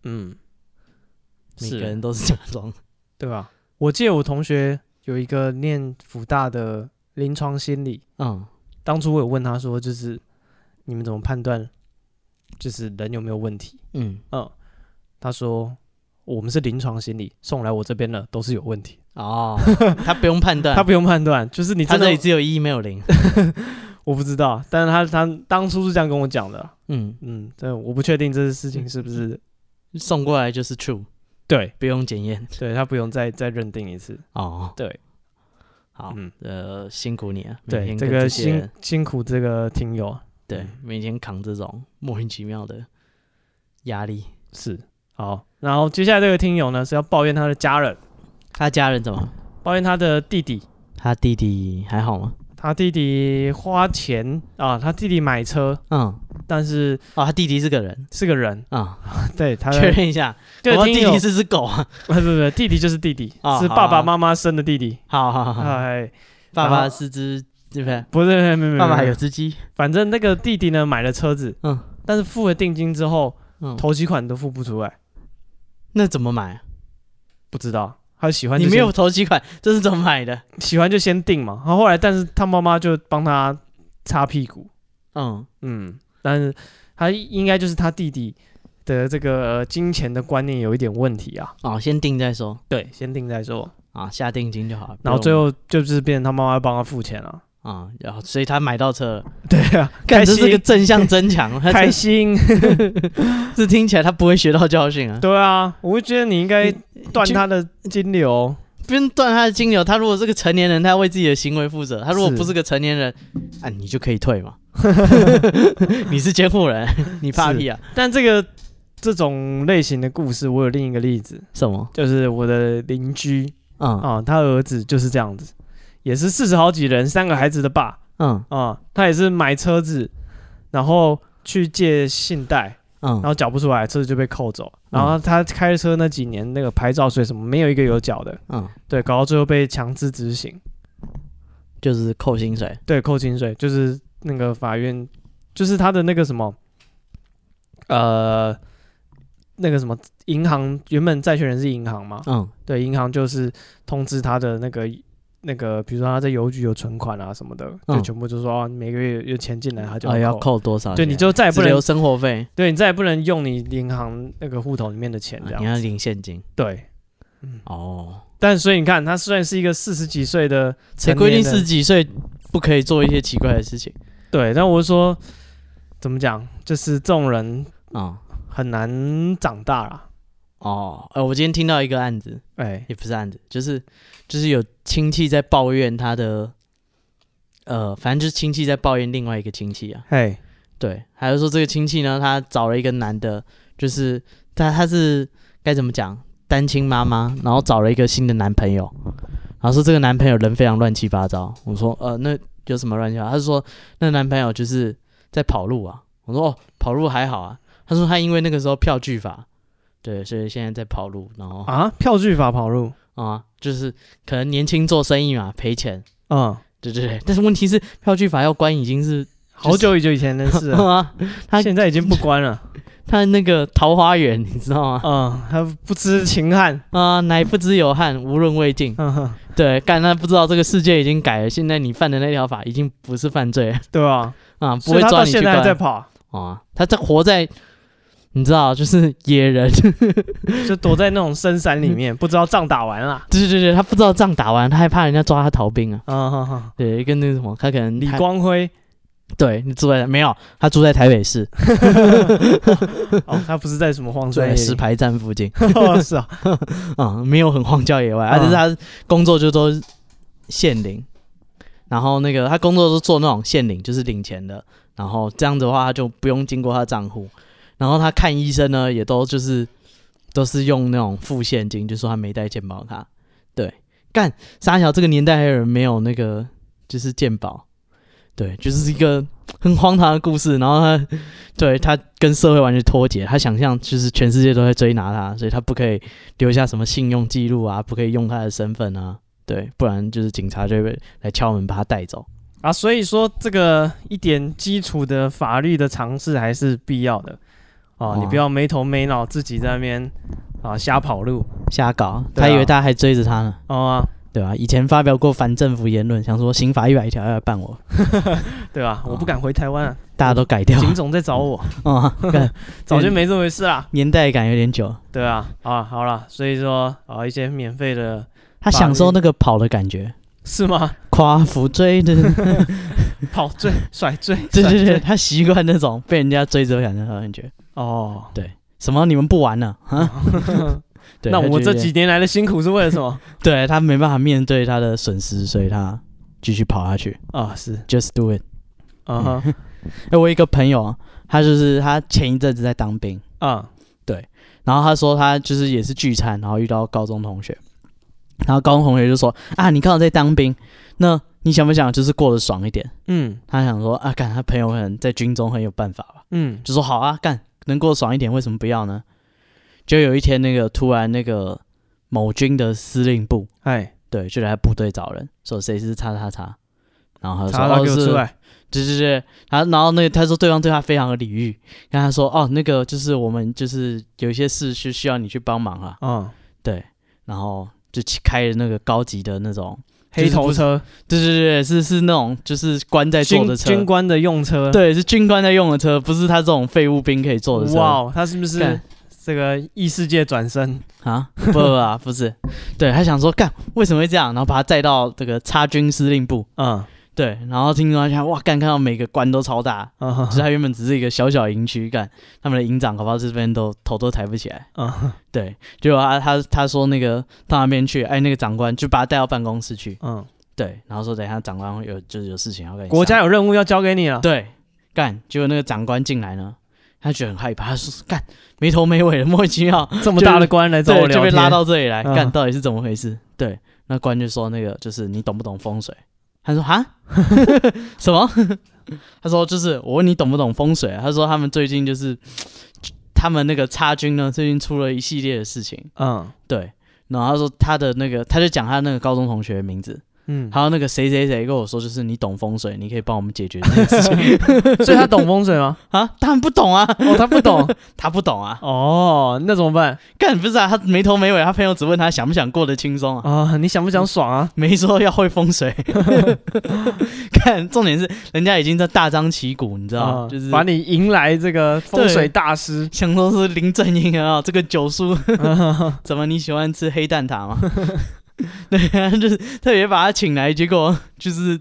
Speaker 1: 嗯，
Speaker 2: 每
Speaker 1: 是
Speaker 2: 个人都是假装。
Speaker 1: 对吧、我记得我同学有一个念福大的临床心理，
Speaker 2: 嗯
Speaker 1: 当初我有问他说，就是你们怎么判断，就是人有没有问题？
Speaker 2: 嗯，
Speaker 1: 嗯，他说我们是临床心理，送来我这边的都是有问题，
Speaker 2: 哦， 他不用判断，
Speaker 1: 他不用判断，就是你
Speaker 2: 他
Speaker 1: 真的
Speaker 2: 这里只有一没有零。
Speaker 1: 我不知道，但是他他当初是这样跟我讲的，
Speaker 2: 嗯，
Speaker 1: 嗯，这我不确定这事情是不是
Speaker 2: 送过来就是 true，
Speaker 1: 对，
Speaker 2: 不用检验。
Speaker 1: 对他不用再再认定一次，
Speaker 2: 哦，
Speaker 1: 对，
Speaker 2: 好，
Speaker 1: 嗯，
Speaker 2: 呃，辛苦你了。每
Speaker 1: 对，
Speaker 2: 天
Speaker 1: 这
Speaker 2: 跟
Speaker 1: 个
Speaker 2: 些
Speaker 1: 辛嗯
Speaker 2: 人
Speaker 1: 辛苦这个听友
Speaker 2: 对，每天扛这种莫名其妙的压力。
Speaker 1: 是好，然后接下来这个听友呢是要抱怨他的家人，
Speaker 2: 他家人怎么？
Speaker 1: 抱怨他的弟弟。
Speaker 2: 他弟弟还好吗？
Speaker 1: 他弟弟花钱啊，他弟弟买车，
Speaker 2: 嗯，
Speaker 1: 但是
Speaker 2: 哦，他弟弟是个人
Speaker 1: 是个 人，
Speaker 2: 啊，
Speaker 1: 对他的
Speaker 2: 确认一下，
Speaker 1: 对
Speaker 2: 我
Speaker 1: 听
Speaker 2: 弟
Speaker 1: 友
Speaker 2: 弟是只狗啊。
Speaker 1: 不不不，弟弟就是弟弟，
Speaker 2: 哦
Speaker 1: 是爸爸妈妈生的弟弟。
Speaker 2: 好好好好，
Speaker 1: 哎，
Speaker 2: 爸
Speaker 1: 然
Speaker 2: 爸
Speaker 1: 后嗯
Speaker 2: 是只对不对？
Speaker 1: 不是，没没没，
Speaker 2: 爸爸还
Speaker 1: 没
Speaker 2: 有，只鸡。
Speaker 1: 反正那个弟弟呢买了车子，
Speaker 2: 嗯
Speaker 1: 但是付了定金之后，
Speaker 2: 嗯，
Speaker 1: 头期款都付不出来，
Speaker 2: 那怎么买啊？
Speaker 1: 不知道。他喜欢就
Speaker 2: 你没
Speaker 1: 先
Speaker 2: 有投几款，这是怎么买的？
Speaker 1: 喜欢就先定嘛，然后后来但是他妈妈就帮他擦屁股，
Speaker 2: 嗯，
Speaker 1: 嗯，但是他应该就是他弟弟的这个、呃金钱的观念有一点问题啊，
Speaker 2: 哦，先定再说
Speaker 1: 对，先定再说，
Speaker 2: 啊，下定金就好了。
Speaker 1: 然后
Speaker 2: 不
Speaker 1: 最
Speaker 2: 用
Speaker 1: 后就是变成他妈妈帮他付钱了、啊，
Speaker 2: 啊，然后所以他买到车了，
Speaker 1: 对啊，
Speaker 2: 感
Speaker 1: 开
Speaker 2: 这
Speaker 1: 心
Speaker 2: 是个正向增强，他
Speaker 1: 开
Speaker 2: 这
Speaker 1: 心，
Speaker 2: 这听起来他不会学到教训啊。
Speaker 1: 对啊，我会觉得你应该断他的金流。
Speaker 2: 不用断他的金流，他如果是个成年人，他要为自己的行为负责；他如果
Speaker 1: 是
Speaker 2: 不是个成年人，啊，你就可以 退嘛。你是监护人， 你怕屁啊？
Speaker 1: 但这个这种类型的故事，我有另一个例子，
Speaker 2: 什么？
Speaker 1: 就是我的邻居
Speaker 2: 嗯
Speaker 1: 啊，他儿子就是这样子，也是四十好几人，三个孩子的爸
Speaker 2: 嗯
Speaker 1: 啊，他也是买车子，然后去借信贷，然
Speaker 2: 嗯，
Speaker 1: 后缴不出来，车子就被扣走。然后他开车那几年，那个牌照税什么没有一个有缴的，
Speaker 2: 嗯，
Speaker 1: 对，搞到最后被强制执行，
Speaker 2: 就是扣薪水。
Speaker 1: 对，扣薪水，就是那个法院，就是他的那个什么，呃，那个什么银行，原本债权人是银行嘛，
Speaker 2: 嗯，
Speaker 1: 对，银行就是通知他的那个那个，比如说他在邮局有存款啊什么的，就
Speaker 2: 嗯
Speaker 1: 全部就说、哦、你每个月有钱进来，他就
Speaker 2: 啊，要
Speaker 1: 扣。
Speaker 2: 扣多少钱？
Speaker 1: 对，你就再也不
Speaker 2: 只留
Speaker 1: 能，
Speaker 2: 生活费，
Speaker 1: 对你再也不能用你银行那个户头里面的钱
Speaker 2: 啊
Speaker 1: 这
Speaker 2: 你要
Speaker 1: 样子。
Speaker 2: 领现金
Speaker 1: 对，
Speaker 2: 哦。
Speaker 1: 但所以你看，他虽然是一个四十几岁的
Speaker 2: 谁
Speaker 1: 成
Speaker 2: 规定
Speaker 1: 年
Speaker 2: 四十
Speaker 1: 人，
Speaker 2: 几岁不可以做一些奇怪的事情
Speaker 1: 对，但我是说怎么讲，就是这种人
Speaker 2: 啊？
Speaker 1: 很难长大啦。
Speaker 2: 哦，呃，我今天听到一个案子，
Speaker 1: 哎，
Speaker 2: 也不是案子，就是就是有亲戚在抱怨他的，呃，反正就是亲戚在抱怨另外一个亲戚啊。
Speaker 1: 嘿，
Speaker 2: 对，还有说这个亲戚呢，他找了一个男的，就是他他是该怎么讲，单亲妈妈，然后找了一个新的男朋友，然后说这个男朋友人非常乱七八糟。我说呃，那有什么乱七八糟？他就说那男朋友就是在跑路啊。我说哦，跑路还好啊。他说他因为那个时候票据法，对，所以现在在跑路，然后啊、
Speaker 1: 啊，票据法跑路，
Speaker 2: 就是可能年轻做生意嘛，赔钱，
Speaker 1: 嗯，
Speaker 2: 对对对。但是问题是票据法要关已经是
Speaker 1: 好久以久以前的事 了，
Speaker 2: 啊，他
Speaker 1: 现在已经不关了。
Speaker 2: 他那个桃花源，你知道吗？
Speaker 1: 嗯，他不知情汉，
Speaker 2: 啊、乃不知有汉，无论魏晋。
Speaker 1: 嗯哼，
Speaker 2: 对，干他不知道这个世界已经改了，现在你犯的那条法已经不是犯罪了
Speaker 1: 对吧？
Speaker 2: 啊、不
Speaker 1: 所
Speaker 2: 会
Speaker 1: 以他
Speaker 2: 抓
Speaker 1: 到
Speaker 2: 你去
Speaker 1: 现在还
Speaker 2: 关
Speaker 1: 在跑，
Speaker 2: 啊、他在活在，你知道，就是野人，
Speaker 1: 就躲在那种深山里面，不知道仗打完了。
Speaker 2: 对对对，他不知道仗打完，他害怕人家抓他逃兵啊。
Speaker 1: 嗯哼哼，
Speaker 2: 对，跟那个什么，他可能
Speaker 1: 李
Speaker 2: 他
Speaker 1: 光 辉，
Speaker 2: 对你住在没有，他住在台 北市，
Speaker 1: 哦，他不是在什么荒
Speaker 2: 住
Speaker 1: 山野
Speaker 2: 在石
Speaker 1: 岭，
Speaker 2: 牌站附近
Speaker 1: 哦是啊，
Speaker 2: 啊、没有很荒郊野外，
Speaker 1: 啊
Speaker 2: 而且、他工作就都是县领，然后那个他工作都做那种县领，就是领钱的，然后这样子的话他就不用经过他账户，然后他看医生呢也都就是都是用那种付现金，就说他没带健保卡，对，干傻小这个年代还有人没有那个就是健保，对，就是一个很荒唐的故事，然后他对他跟社会完全脱节，他想象就是全世界都在追拿他，所以他不可以留下什么信用记录啊，不可以用他的身份啊，对，不然就是警察就会来敲门把他带走。
Speaker 1: 啊，所以说这个一点基础的法律的尝试还是必要的啊，
Speaker 2: 哦
Speaker 1: 你不要没头没脑自己在那边啊瞎跑路
Speaker 2: 瞎搞，
Speaker 1: 对啊
Speaker 2: 他以为大家还追着他呢，
Speaker 1: 哦啊，
Speaker 2: 对吧、以前发表过反政府言论，想说刑法一百条要来办我，
Speaker 1: 对吧？我不敢回台湾 啊，
Speaker 2: 大家都改掉
Speaker 1: 警总在找我，
Speaker 2: 啊、嗯干
Speaker 1: 早就没这回事啦，
Speaker 2: 年代感有点久。
Speaker 1: 对啊，啊好啦，所以说啊一些免费的
Speaker 2: 他享受那个跑的感觉，
Speaker 1: 是吗？
Speaker 2: 夸父追的，
Speaker 1: 跑醉甩醉，
Speaker 2: 对
Speaker 1: 甩
Speaker 2: 对对，
Speaker 1: 醉
Speaker 2: 他习惯那种被人家追着感的感觉。
Speaker 1: 哦。
Speaker 2: 什么？你们不玩 了啊？对
Speaker 1: 那
Speaker 2: 他
Speaker 1: 我
Speaker 2: 就有
Speaker 1: 这
Speaker 2: 点
Speaker 1: 几年来的辛苦是为了什 么？
Speaker 2: 对他没办法面对他的损失，所以他继续跑下去。
Speaker 1: 啊，是，
Speaker 2: Just do it。
Speaker 1: 啊哈，
Speaker 2: 哎，我有一个朋友，他就是他前一阵子在当兵，
Speaker 1: 啊，
Speaker 2: 然后他说他就是也是聚餐，然后遇到高中同学，然后高中同学就说啊，你刚好在当兵，那你想不想就是过得爽一点？
Speaker 1: 嗯
Speaker 2: 他想说啊，干他朋友可能在军中很有办法吧，
Speaker 1: 嗯，
Speaker 2: 就说好啊，干能过得爽一点，为什么不要呢？就有一天那个突然那个某军的司令部，
Speaker 1: 哎，
Speaker 2: 对，就来部队找人，说谁是叉叉叉，然后他
Speaker 1: 查
Speaker 2: 说
Speaker 1: 到
Speaker 2: 哦
Speaker 1: 给我
Speaker 2: 是
Speaker 1: 出来，
Speaker 2: 对对对，然后然后那个他说对方对他非常的礼遇，跟他说哦那个就是我们就是有一些事是需要你去帮忙啊，
Speaker 1: 啊，
Speaker 2: 对，然后就去开了那个高级的那种，
Speaker 1: 黑头车，
Speaker 2: 对对对，是是那种就是官在坐
Speaker 1: 军
Speaker 2: 的
Speaker 1: 军
Speaker 2: 车，
Speaker 1: 官的用车，，
Speaker 2: 对，是军官在用的车，不是他这种废物兵可以坐的车。
Speaker 1: 哇哦，他是不是
Speaker 2: 干
Speaker 1: 这个异世界转身？
Speaker 2: 啊，不不不啊，不是，对他想说干为什么会这样，然后把他载到这个插军司令部，
Speaker 1: 嗯
Speaker 2: 对，然后听说他哇干看到每个官都超大，
Speaker 1: 嗯
Speaker 2: 就是他原本只是一个小小营区，干他们的营长搞不好这边都头都抬不起来。
Speaker 1: 嗯
Speaker 2: 对，结果他他他说那个到那边去，哎，那个长官就把他带到办公室去，
Speaker 1: 嗯，
Speaker 2: 对，然后说等一下长官会有就是有事情要跟你
Speaker 1: 国家
Speaker 2: 商
Speaker 1: 有任务要交给你了
Speaker 2: 量，对干，结果那个长官进来呢，他觉得很害怕，他说干没头没尾的莫名其妙，
Speaker 1: 这么大的官来找我
Speaker 2: 对，
Speaker 1: 聊
Speaker 2: 就被
Speaker 1: 天，
Speaker 2: 拉到这里来，
Speaker 1: 嗯
Speaker 2: 干到底是怎么回事？对，那官就说那个就是你懂不懂风水？他说哈， 什么？ 他说就是我问你懂不懂风水啊、他说他们最近就是他们那个插军呢，最近出了一系列的事情。
Speaker 1: 嗯
Speaker 2: 对，然后他说他的那个，他就讲他那个高中同学的名字，
Speaker 1: 嗯，
Speaker 2: 还有那个谁谁谁跟我说，就是你懂风水，你可以帮我们解决这件事情
Speaker 1: 所以他懂风水 吗？
Speaker 2: 啊？ 他们不懂啊，
Speaker 1: 哦，他不懂
Speaker 2: 他不懂啊，
Speaker 1: 哦，那怎么办
Speaker 2: 干不是啊，他没头没尾，他朋友只问他想不想过得轻松啊，
Speaker 1: 啊？你想不想爽啊？
Speaker 2: 没说要会风水。 看，重点是人家已经在大张旗鼓，你知道吗？
Speaker 1: 啊
Speaker 2: 就是，
Speaker 1: 把你迎来这个风水大师
Speaker 2: 想说是林正英啊，这个九叔，
Speaker 1: 嗯
Speaker 2: 怎么你喜欢吃黑蛋挞吗？ 对啊，就是特别把他请来，结果就是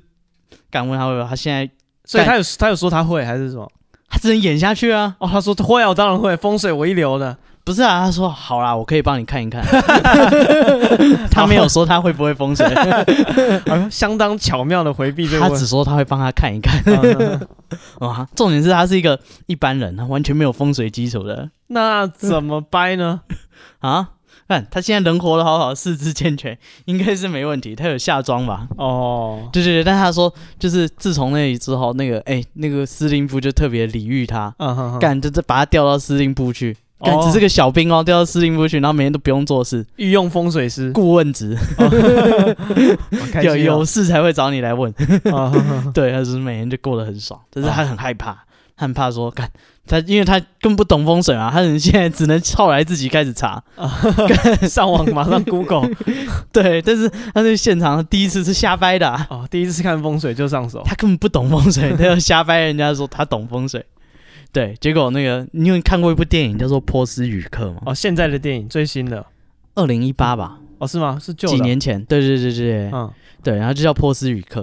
Speaker 2: 敢问他会不会，他现在
Speaker 1: 所以他有他有说他会还是什么？
Speaker 2: 他只能演下去啊。
Speaker 1: 哦，他说会啊，我当然会，风水我一流的。
Speaker 2: 不是啊，他说好啦，我可以帮你看一 看。他没有说他会不会风水，
Speaker 1: 哎呦 相当巧妙的回避这个
Speaker 2: 他
Speaker 1: 问
Speaker 2: 只
Speaker 1: 题。
Speaker 2: 说他会帮他看一看。
Speaker 1: 嗯
Speaker 2: 啊，重点是他是一个一般人，他完全没有风水基础的
Speaker 1: 那怎么掰呢？
Speaker 2: 啊。看他现在人活得好好，四肢健全，应该是没问题。他有下妆吧？
Speaker 1: 哦，
Speaker 2: 对对对，但他说就是自从那里之后，那个哎、那个司令部就特别礼遇他，
Speaker 1: 嗯哼哼
Speaker 2: 干就这把他调到司令部去，干
Speaker 1: 哦
Speaker 2: 只是个小兵哦，调到司令部去，然后每天都不用做事，
Speaker 1: 御用风水师，
Speaker 2: 顾问职，有 有事才会找你来问。
Speaker 1: 啊，
Speaker 2: 对，他就是每天就过得很爽，但是
Speaker 1: 哦
Speaker 2: 他很害怕，他很怕说，干他，因为他更不懂风水嘛，他现在只能后来自己开始查。
Speaker 1: 上网马上 Google
Speaker 2: 对，但是他在现场第一次是瞎掰的、啊，
Speaker 1: 哦，第一次看风水就上手，
Speaker 2: 他根本不懂风水，他要瞎掰人家说他懂风水。对，结果那个你有看过一部电影叫做《波斯语课》吗？
Speaker 1: 哦，现在的电影最新的
Speaker 2: 二零一八吧，
Speaker 1: 哦，是吗？是旧的
Speaker 2: 几？年前。对对对对对，
Speaker 1: 嗯
Speaker 2: 对，然后就叫《波斯语课》，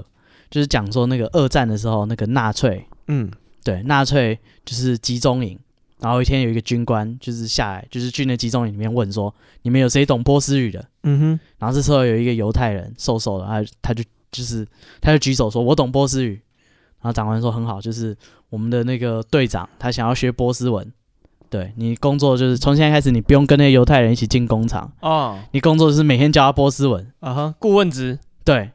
Speaker 2: 就是讲说那个二战的时候，那个纳粹
Speaker 1: 嗯
Speaker 2: 对，纳粹就是集中营，然后有一天有一个军官就是下来，就是去那集中营里面问说，你们有谁懂波斯语的？
Speaker 1: 嗯哼，
Speaker 2: 然后这时候有一个犹太人瘦瘦的，他他就就是他就举手说，我懂波斯语。然后长官说很好，就是我们的那个队长他想要学波斯文，对你工作就是从现在开始你不用跟那个犹太人一起进工厂，
Speaker 1: 哦
Speaker 2: 你工作就是每天教他波斯文。
Speaker 1: 啊哈，顾问职
Speaker 2: 对，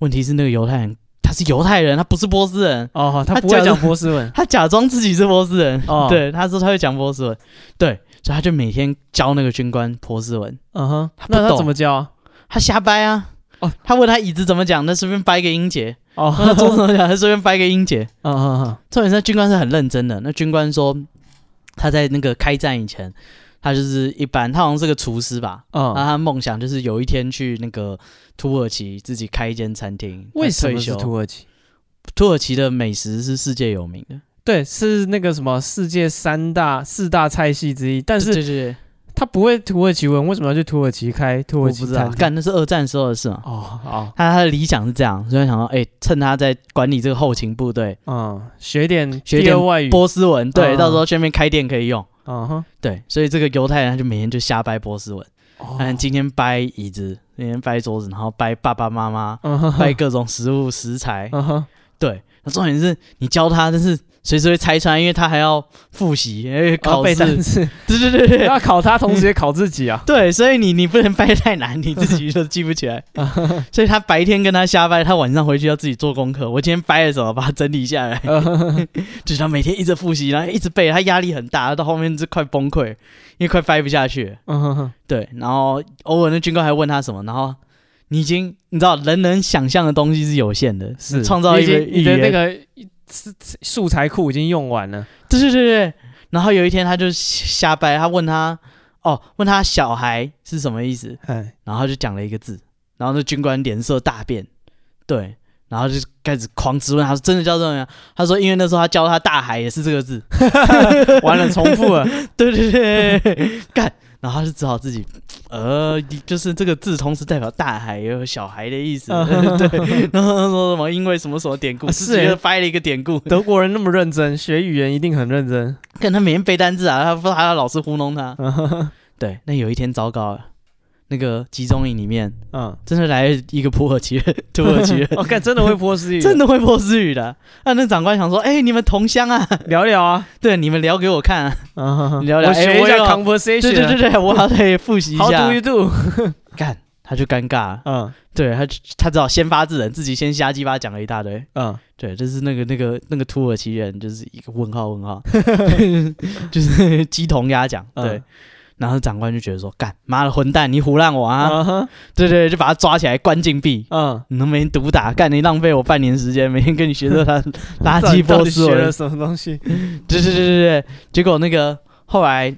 Speaker 2: 问题是那个犹太人他是犹太人，他不是波斯人，
Speaker 1: 哦，他
Speaker 2: 他
Speaker 1: 不会
Speaker 2: 讲
Speaker 1: 讲波斯文
Speaker 2: 他假装自己是波斯人，
Speaker 1: 哦，，
Speaker 2: 对，他说他会讲波斯文，对，所以他就每天教那个军官波斯文，
Speaker 1: 嗯哼
Speaker 2: 他，不
Speaker 1: 那他
Speaker 2: 懂
Speaker 1: 怎么教啊？
Speaker 2: 他瞎掰啊。
Speaker 1: 哦
Speaker 2: 哦，他问他椅子怎么讲，他随便掰个 音节；
Speaker 1: 哦，
Speaker 2: 问 他桌子怎么讲，他随便掰个音节。
Speaker 1: 嗯嗯嗯，
Speaker 2: 重点是军官是很认真的。那军官说，他在那个开战以前，他就是一般，他好像是个厨师吧。
Speaker 1: 嗯
Speaker 2: 那他梦想就是有一天去那个土耳其自己开一间餐厅。
Speaker 1: 为什
Speaker 2: 退
Speaker 1: 么是
Speaker 2: 休
Speaker 1: 土耳其？
Speaker 2: 土耳其的美食是世界有名的，
Speaker 1: 对，是那个什么世界三大四大菜系之一，但是
Speaker 2: 对对对，
Speaker 1: 他不会土耳其文，为什么要去土耳其开土
Speaker 2: 我
Speaker 1: 耳
Speaker 2: 不
Speaker 1: 其
Speaker 2: 知道
Speaker 1: 餐，厅？
Speaker 2: 干那是二战时候的事嘛。
Speaker 1: 哦，好，
Speaker 2: 他他的理想是这样，所以他想说，哎、趁他在管理这个后勤部队，
Speaker 1: 嗯，学点
Speaker 2: 学
Speaker 1: 第
Speaker 2: 点
Speaker 1: 二外语，
Speaker 2: 波斯文，
Speaker 1: 嗯
Speaker 2: 对，到时候去那边开店可以用，
Speaker 1: 嗯哼，
Speaker 2: 对，所以这个犹太人他就每天就瞎掰波斯文，
Speaker 1: 哦
Speaker 2: 嗯，今天掰椅子，明天掰桌子，然后掰爸爸 妈妈，
Speaker 1: 嗯哼，
Speaker 2: 掰各种食物食材，
Speaker 1: 嗯哼，
Speaker 2: 对，那重点是你教他，但是随时会拆穿，因为他还要复习，因为
Speaker 1: 然后
Speaker 2: 考
Speaker 1: 啊背
Speaker 2: 试，
Speaker 1: 单词，
Speaker 2: 对对对对
Speaker 1: 要考他，同时也考自己啊。
Speaker 2: 对，所以你你不能掰太难，你自己都记不起来。所以他白天跟他瞎掰，他晚上回去要自己做功课。我今天掰了什么，把它整理下来。就是他每天一直复习，然后一直背，他压力很大，他到后面是快崩溃，因为快掰不下去了。
Speaker 1: 嗯哼哼，
Speaker 2: 对，然后偶尔那军官还问他什么，然后你已经你知道人能想象的东西是有限的，
Speaker 1: 是
Speaker 2: 创造
Speaker 1: 你已
Speaker 2: 一个
Speaker 1: 经
Speaker 2: 语
Speaker 1: 你的
Speaker 2: 言。
Speaker 1: 那个素材库已经用完了。
Speaker 2: 对对对对。然后有一天他就瞎掰，他问他哦，问他小孩是什么意思，
Speaker 1: 哎，
Speaker 2: 然后他就讲了一个字，然后那军官脸色大变，对，然后就开始狂质问他说：“真的叫这个吗？”他说：“因为那时候他教他大海也是这个字。
Speaker 1: 完了，重复了。”
Speaker 2: 对对对对，对干，然后他就只好自己，呃，就是这个字同时代表大海也有小孩的意思，对。然后他说什么因为什么什么典故，
Speaker 1: 啊
Speaker 2: 自己
Speaker 1: 是
Speaker 2: 又掰了一个典故。
Speaker 1: 德国人那么认真，学语言一定很认真。
Speaker 2: 看他每天背单字啊，他不还要老师糊弄他。对，那有一天糟糕了，那个集中营里面
Speaker 1: 嗯，
Speaker 2: 真的来了一个土耳其人，土耳其人。
Speaker 1: 我哦看真的会波斯语，
Speaker 2: 真的会波斯语的。那、那长官想说，哎、你们同乡啊，
Speaker 1: 聊聊啊，
Speaker 2: 对，你们聊给我看、啊。
Speaker 1: 嗯哼哼
Speaker 2: 聊聊
Speaker 1: 我
Speaker 2: 哎
Speaker 1: 学一
Speaker 2: 我
Speaker 1: 下
Speaker 2: 有
Speaker 1: conversation。啊
Speaker 2: 对对对对，我好像得复习一
Speaker 1: How
Speaker 2: 下
Speaker 1: do。you do？
Speaker 2: 干，他就尴尬了，
Speaker 1: 嗯
Speaker 2: 对他就他只好先发制人，自己先瞎鸡巴讲了一大堆。
Speaker 1: 嗯，
Speaker 2: 对，就是那个那个那个土耳 其人，就是一个问号问号，就是鸡同鸭讲。对，
Speaker 1: 嗯
Speaker 2: 然后长官就觉得说，干妈的混蛋，你胡乱我啊！
Speaker 1: 啊哈，
Speaker 2: 对对对，就把他抓起来关禁闭。
Speaker 1: 嗯，
Speaker 2: 你都每天毒打，干你浪费我半年时间，每天跟你学这他垃圾
Speaker 1: 到
Speaker 2: 波
Speaker 1: 底
Speaker 2: 斯
Speaker 1: 学了
Speaker 2: 文，
Speaker 1: 什么东西？
Speaker 2: 对对对对对，结果那个后来，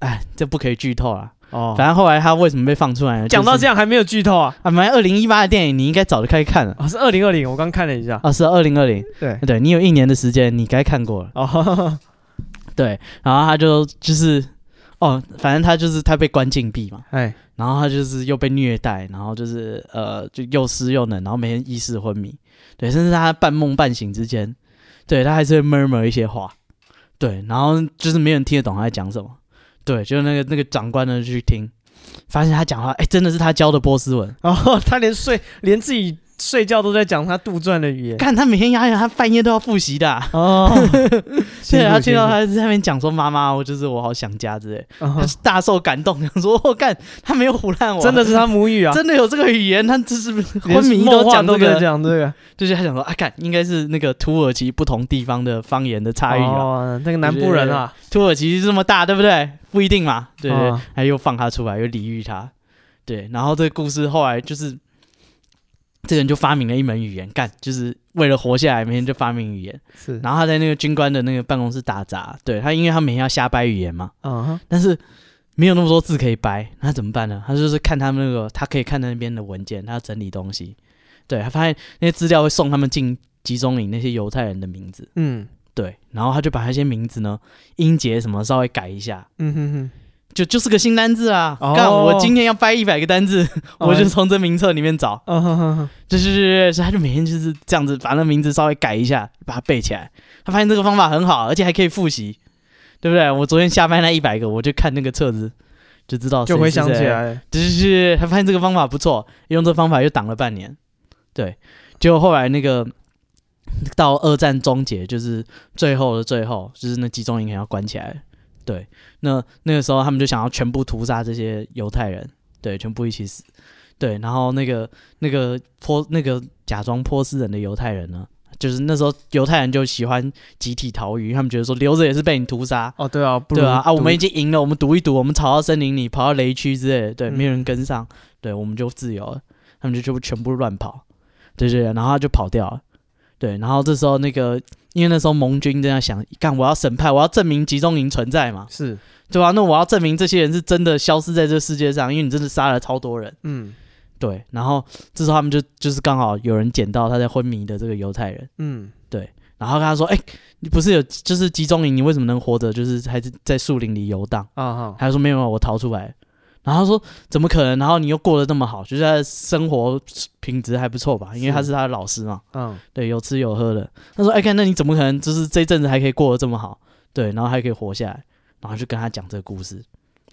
Speaker 2: 哎，这不可以剧透了。
Speaker 1: 哦，
Speaker 2: 反正后来他为什么被放出来呢？
Speaker 1: 讲到
Speaker 2: 就是
Speaker 1: 这样还没有剧透啊？
Speaker 2: 啊，反正二零一八的电影你应该早就开始 看了
Speaker 1: 啊，是二零二零，我刚看了一下。
Speaker 2: 啊，是二零二零，
Speaker 1: 对，
Speaker 2: 对你有一年的时间，你该看过了。
Speaker 1: 哦，哈 哈
Speaker 2: 对，然后他就就是，哦，反正他就是他被关禁闭嘛，
Speaker 1: 哎，
Speaker 2: 然后他就是又被虐待，然后就是呃，就又湿又冷，然后每天意识昏迷，对，甚至他半梦半醒之间，对他还是会 murmur 一些话，对，然后就是没人听得懂他在讲什么，对，就是那个那个长官呢就去听，发现他讲话，哎，真的是他教的波斯文，
Speaker 1: 然后哦他连睡，连自己睡觉都在讲他杜撰的语言。
Speaker 2: 看他每天压力，他半夜都要复习的啊、
Speaker 1: 哦，
Speaker 2: 对，他听
Speaker 1: 听
Speaker 2: 到他在那边讲说妈妈，我就是我好想家之类，他
Speaker 1: 他
Speaker 2: 是大受感动，想说我干、他没有胡乱
Speaker 1: 嗯
Speaker 2: 我，
Speaker 1: 真的是他母语啊，
Speaker 2: 真的有这个语言，他就是
Speaker 1: 连
Speaker 2: 昏迷
Speaker 1: 梦
Speaker 2: 都
Speaker 1: 话
Speaker 2: 讲
Speaker 1: 都
Speaker 2: 这
Speaker 1: 在
Speaker 2: 个，
Speaker 1: 讲这个
Speaker 2: 就是他想说啊，看应该是那个土耳其不同地方的方言的差异啊。
Speaker 1: 哦，那个南部人啊，
Speaker 2: 土耳其这么大，对不对？不一定嘛，对不对？
Speaker 1: 哦
Speaker 2: 还又放他出来，又礼遇他，对。然后这个故事后来就是，这个人就发明了一门语言，干就是为了活下来，每天就发明语言。
Speaker 1: 是，
Speaker 2: 然后他在那个军官的那个办公室打杂，对他，因为他每天要瞎掰语言嘛，
Speaker 1: 嗯哼，
Speaker 2: 但是没有那么多字可以掰，那怎么办呢？他就是看他们那个，他可以看那边的文件，他要整理东西。对他发现那些资料会送他们进集中营那些犹太人的名字，
Speaker 1: 嗯
Speaker 2: 对，然后他就把那些名字呢音节什么稍微改一下，
Speaker 1: 嗯哼哼，
Speaker 2: 就就是个新单字啊！
Speaker 1: 哦
Speaker 2: 干，我今天要掰一百个单字，
Speaker 1: 哦
Speaker 2: 我就从这名册里面找。
Speaker 1: 嗯哼哼哼，
Speaker 2: 对对对对，所以他就每天就是这样子把那名字稍微改一下，把它背起来。他发现这个方法很好，而且还可以复习，对不对？我昨天下班那一百个，我就看那个册子，就知哦道谁
Speaker 1: 就是回想起
Speaker 2: 谁。
Speaker 1: 来了，
Speaker 2: 对对对对，他发现这个方法不错，用这方法又挡了半年。对，结果后来那个到二战终结，就是最后的最后，就是那集中营可能要关起来了。对，那那个时候他们就想要全部屠杀这些犹太人，对，全部一起死。对，然后那个那个波那个假装波斯人的犹太人呢，就是那时候犹太人就喜欢集体逃狱，他们觉得说留着也是被你屠杀，
Speaker 1: 哦对啊，不
Speaker 2: 对
Speaker 1: 如
Speaker 2: 啊，啊，我们已
Speaker 1: 读
Speaker 2: 经赢了，我们赌一赌，我们跑到森林里，跑到雷区之类的，对，
Speaker 1: 嗯
Speaker 2: 没有人跟上，对，我们就自由了，他们就全部全部乱跑，对对，对然后他就跑掉了，对，然后这时候那个，因为那时候盟军正在想，干，我要审判，我要证明集中营存在嘛，
Speaker 1: 是，
Speaker 2: 对吧、那我要证明这些人是真的消失在这世界上，因为你真的杀了超多人，
Speaker 1: 嗯
Speaker 2: 对，然后这时候他们就就是刚好有人捡到他在昏迷的这个犹太人。
Speaker 1: 嗯
Speaker 2: 然后跟他说：“哎、你不是有就是集中营，你为什么能活着？就是还是在树林里游荡。”
Speaker 1: 啊哈，
Speaker 2: 他就说没有，没有我逃出来了。然后他说怎么可能？然后你又过得那么好，就是他的生活品质还不错吧？因为
Speaker 1: 是
Speaker 2: 他是他的老师嘛，
Speaker 1: 嗯
Speaker 2: 对，有吃有喝的。他说哎，看那你怎么可能就是这一阵子还可以过得这么好？对，然后还可以活下来，然后就跟他讲这个故事，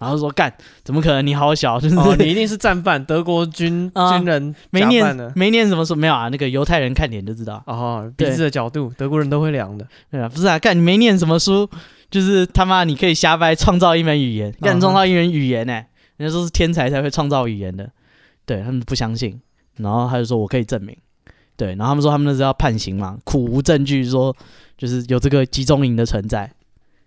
Speaker 2: 然后就说干怎么可能？你好小，就是、
Speaker 1: 哦，你一定是战犯，德国军
Speaker 2: 啊
Speaker 1: 军人
Speaker 2: 没
Speaker 1: 假扮
Speaker 2: 念
Speaker 1: 的。
Speaker 2: 没念什么说没有啊？那个犹太人看脸就知道，
Speaker 1: 哦，鼻
Speaker 2: 对
Speaker 1: 子的角度，德国人都会量的。
Speaker 2: 对啊，不是啊，干你没念什么书，就是他妈你可以瞎掰创造一门语言，干
Speaker 1: 嗯哼
Speaker 2: 创造一门语言呢、人家说是天才才会创造语言的，对他们不相信，然后他就说我可以证明，对，然后他们说他们那时候要判刑嘛，苦无证据说就是有这个集中营的存在，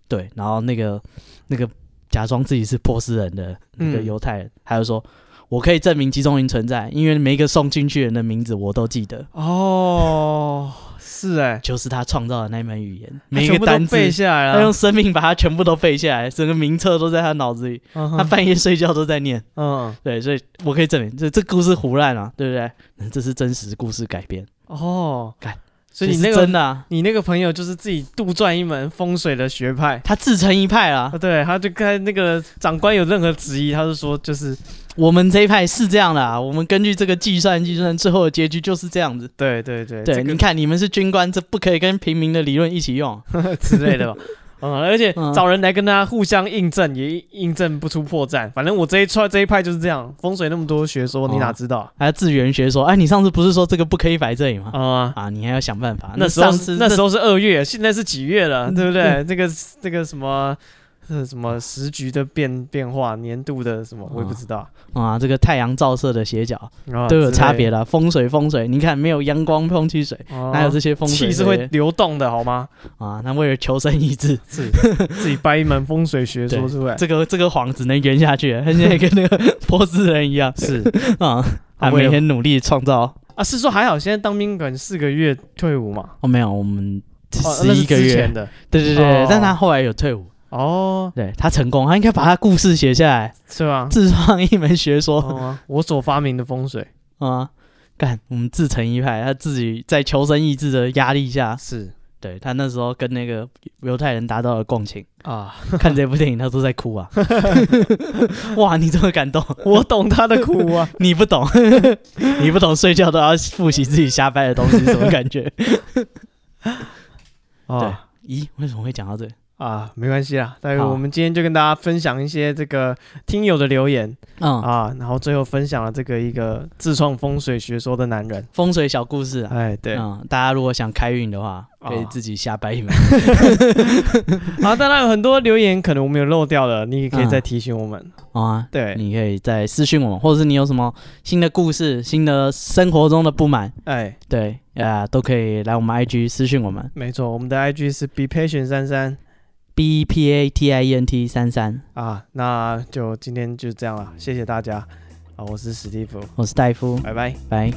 Speaker 2: 对，然后那个那个假装自己是波斯人的那个
Speaker 1: 嗯
Speaker 2: 犹太人，他就说我可以证明集中营存在，因为每一个送进去的人的名字我都记得，
Speaker 1: 哦，是哎，
Speaker 2: 就是他创造的那一门语言，
Speaker 1: 他
Speaker 2: 每一
Speaker 1: 全
Speaker 2: 个
Speaker 1: 部都
Speaker 2: 单字
Speaker 1: 背下来
Speaker 2: 他用
Speaker 1: 了。
Speaker 2: 生命把它全部都背下来，整个名册都在他脑子里，
Speaker 1: 嗯
Speaker 2: 他
Speaker 1: 哼
Speaker 2: 半夜睡觉都在念。
Speaker 1: 嗯，
Speaker 2: 对，所以我可以证明这这故事胡乱啊，对不对？嗯这是真实故事改编，
Speaker 1: 哦
Speaker 2: 干，
Speaker 1: 所以你
Speaker 2: 这是
Speaker 1: 那个
Speaker 2: 真的啊，
Speaker 1: 你那个朋友就是自己杜撰一门风水的学派。
Speaker 2: 他自成一派啊
Speaker 1: 啊，。对，他就看那个长官有任何质疑，他就说就是
Speaker 2: 我们这一派是这样的啊，我们根据这个计算计算，最后的结局就是这样子。
Speaker 1: 对对对，
Speaker 2: 对，
Speaker 1: 这
Speaker 2: 你
Speaker 1: 个
Speaker 2: 看你们是军官，这不可以跟平民的理论一起用。
Speaker 1: 之类 的吧。嗯，而且
Speaker 2: 嗯
Speaker 1: 找人来跟他互相印证，也印证不出破绽。反正我这一串这一派就是这样，风水那么多学说，你哪
Speaker 2: 哦
Speaker 1: 知道啊？
Speaker 2: 还自圆学说，哎，你上次不是说这个不可以摆这里吗？
Speaker 1: 啊
Speaker 2: 啊，你还要想办法。
Speaker 1: 那时候
Speaker 2: 上
Speaker 1: 是
Speaker 2: 次
Speaker 1: 那时候是二月，现在是几月了，对不对？
Speaker 2: 嗯
Speaker 1: 这个这个什么是什么时局的变变化，年度的什么，我也不知道，
Speaker 2: 啊，这个太阳照射的斜角
Speaker 1: 然后
Speaker 2: 都有差别啦。风水风水，你看没有阳光空气水，哪有这
Speaker 1: 些
Speaker 2: 些风水
Speaker 1: 啊哦气是
Speaker 2: 这些？
Speaker 1: 会流动的好 吗？
Speaker 2: 啊，那为了求生意志，
Speaker 1: 自己自己掰一门风水学说
Speaker 2: 对
Speaker 1: 出来，
Speaker 2: 这个这个谎只能圆下去，他现在跟那个波斯人一 样
Speaker 1: 是
Speaker 2: 啊，
Speaker 1: 啊
Speaker 2: 啊，
Speaker 1: 为
Speaker 2: 每
Speaker 1: 了
Speaker 2: 天努力创造。
Speaker 1: 啊，是说还好，现在当兵可能四个月退伍嘛，
Speaker 2: 哦，没有，我们
Speaker 1: 哦，
Speaker 2: 十
Speaker 1: 那是
Speaker 2: 一个
Speaker 1: 之
Speaker 2: 月
Speaker 1: 前，的
Speaker 2: 对对对
Speaker 1: 哦，
Speaker 2: 但他后来有退伍，
Speaker 1: 哦，
Speaker 2: 对他成功，他应该把他故事写下来，
Speaker 1: 是吧？
Speaker 2: 自创一门学说
Speaker 1: 哦啊我所发明的风水
Speaker 2: 啊。干，我们自成一派，他自己在求生意志的压力下，
Speaker 1: 是
Speaker 2: 对他那时候跟那个犹太人达到了共情，
Speaker 1: 啊，
Speaker 2: 看这部电影他都在哭啊！ 哇，你这么感动，
Speaker 1: 我懂他的苦 啊，
Speaker 2: 你不懂，你不懂睡觉都要复习自己瞎掰的东西，什么感觉？
Speaker 1: 哦。
Speaker 2: 咦，为什么会讲到这？
Speaker 1: 啊，没关系啦，但
Speaker 2: 好
Speaker 1: 我们今天就跟大家分享一些这个听友的留言、
Speaker 2: 嗯，
Speaker 1: 啊，然后最后分享了这个一个自创风水学说的男人，
Speaker 2: 风水小故事啊。
Speaker 1: 哎，对，
Speaker 2: 嗯，大家如果想开运的话，
Speaker 1: 哦
Speaker 2: 可以自己瞎掰一 门。
Speaker 1: 啊，当然有很多留言可能我们有漏掉了，你也可以再提醒我们，
Speaker 2: 好啊，
Speaker 1: 对，
Speaker 2: 你可以再私信我们，或者是你有什么新的故事、新的生活中的不满，
Speaker 1: 哎，
Speaker 2: 对，啊，都可以来我们 IG 私信我们
Speaker 1: 没错，我们的 IG 是 be patient 三三
Speaker 2: B P A T I E N T 三三，
Speaker 1: 啊，那就今天就这样了，谢谢大家，啊，我是史蒂夫，
Speaker 2: 我是戴夫，
Speaker 1: 拜拜。
Speaker 2: 拜。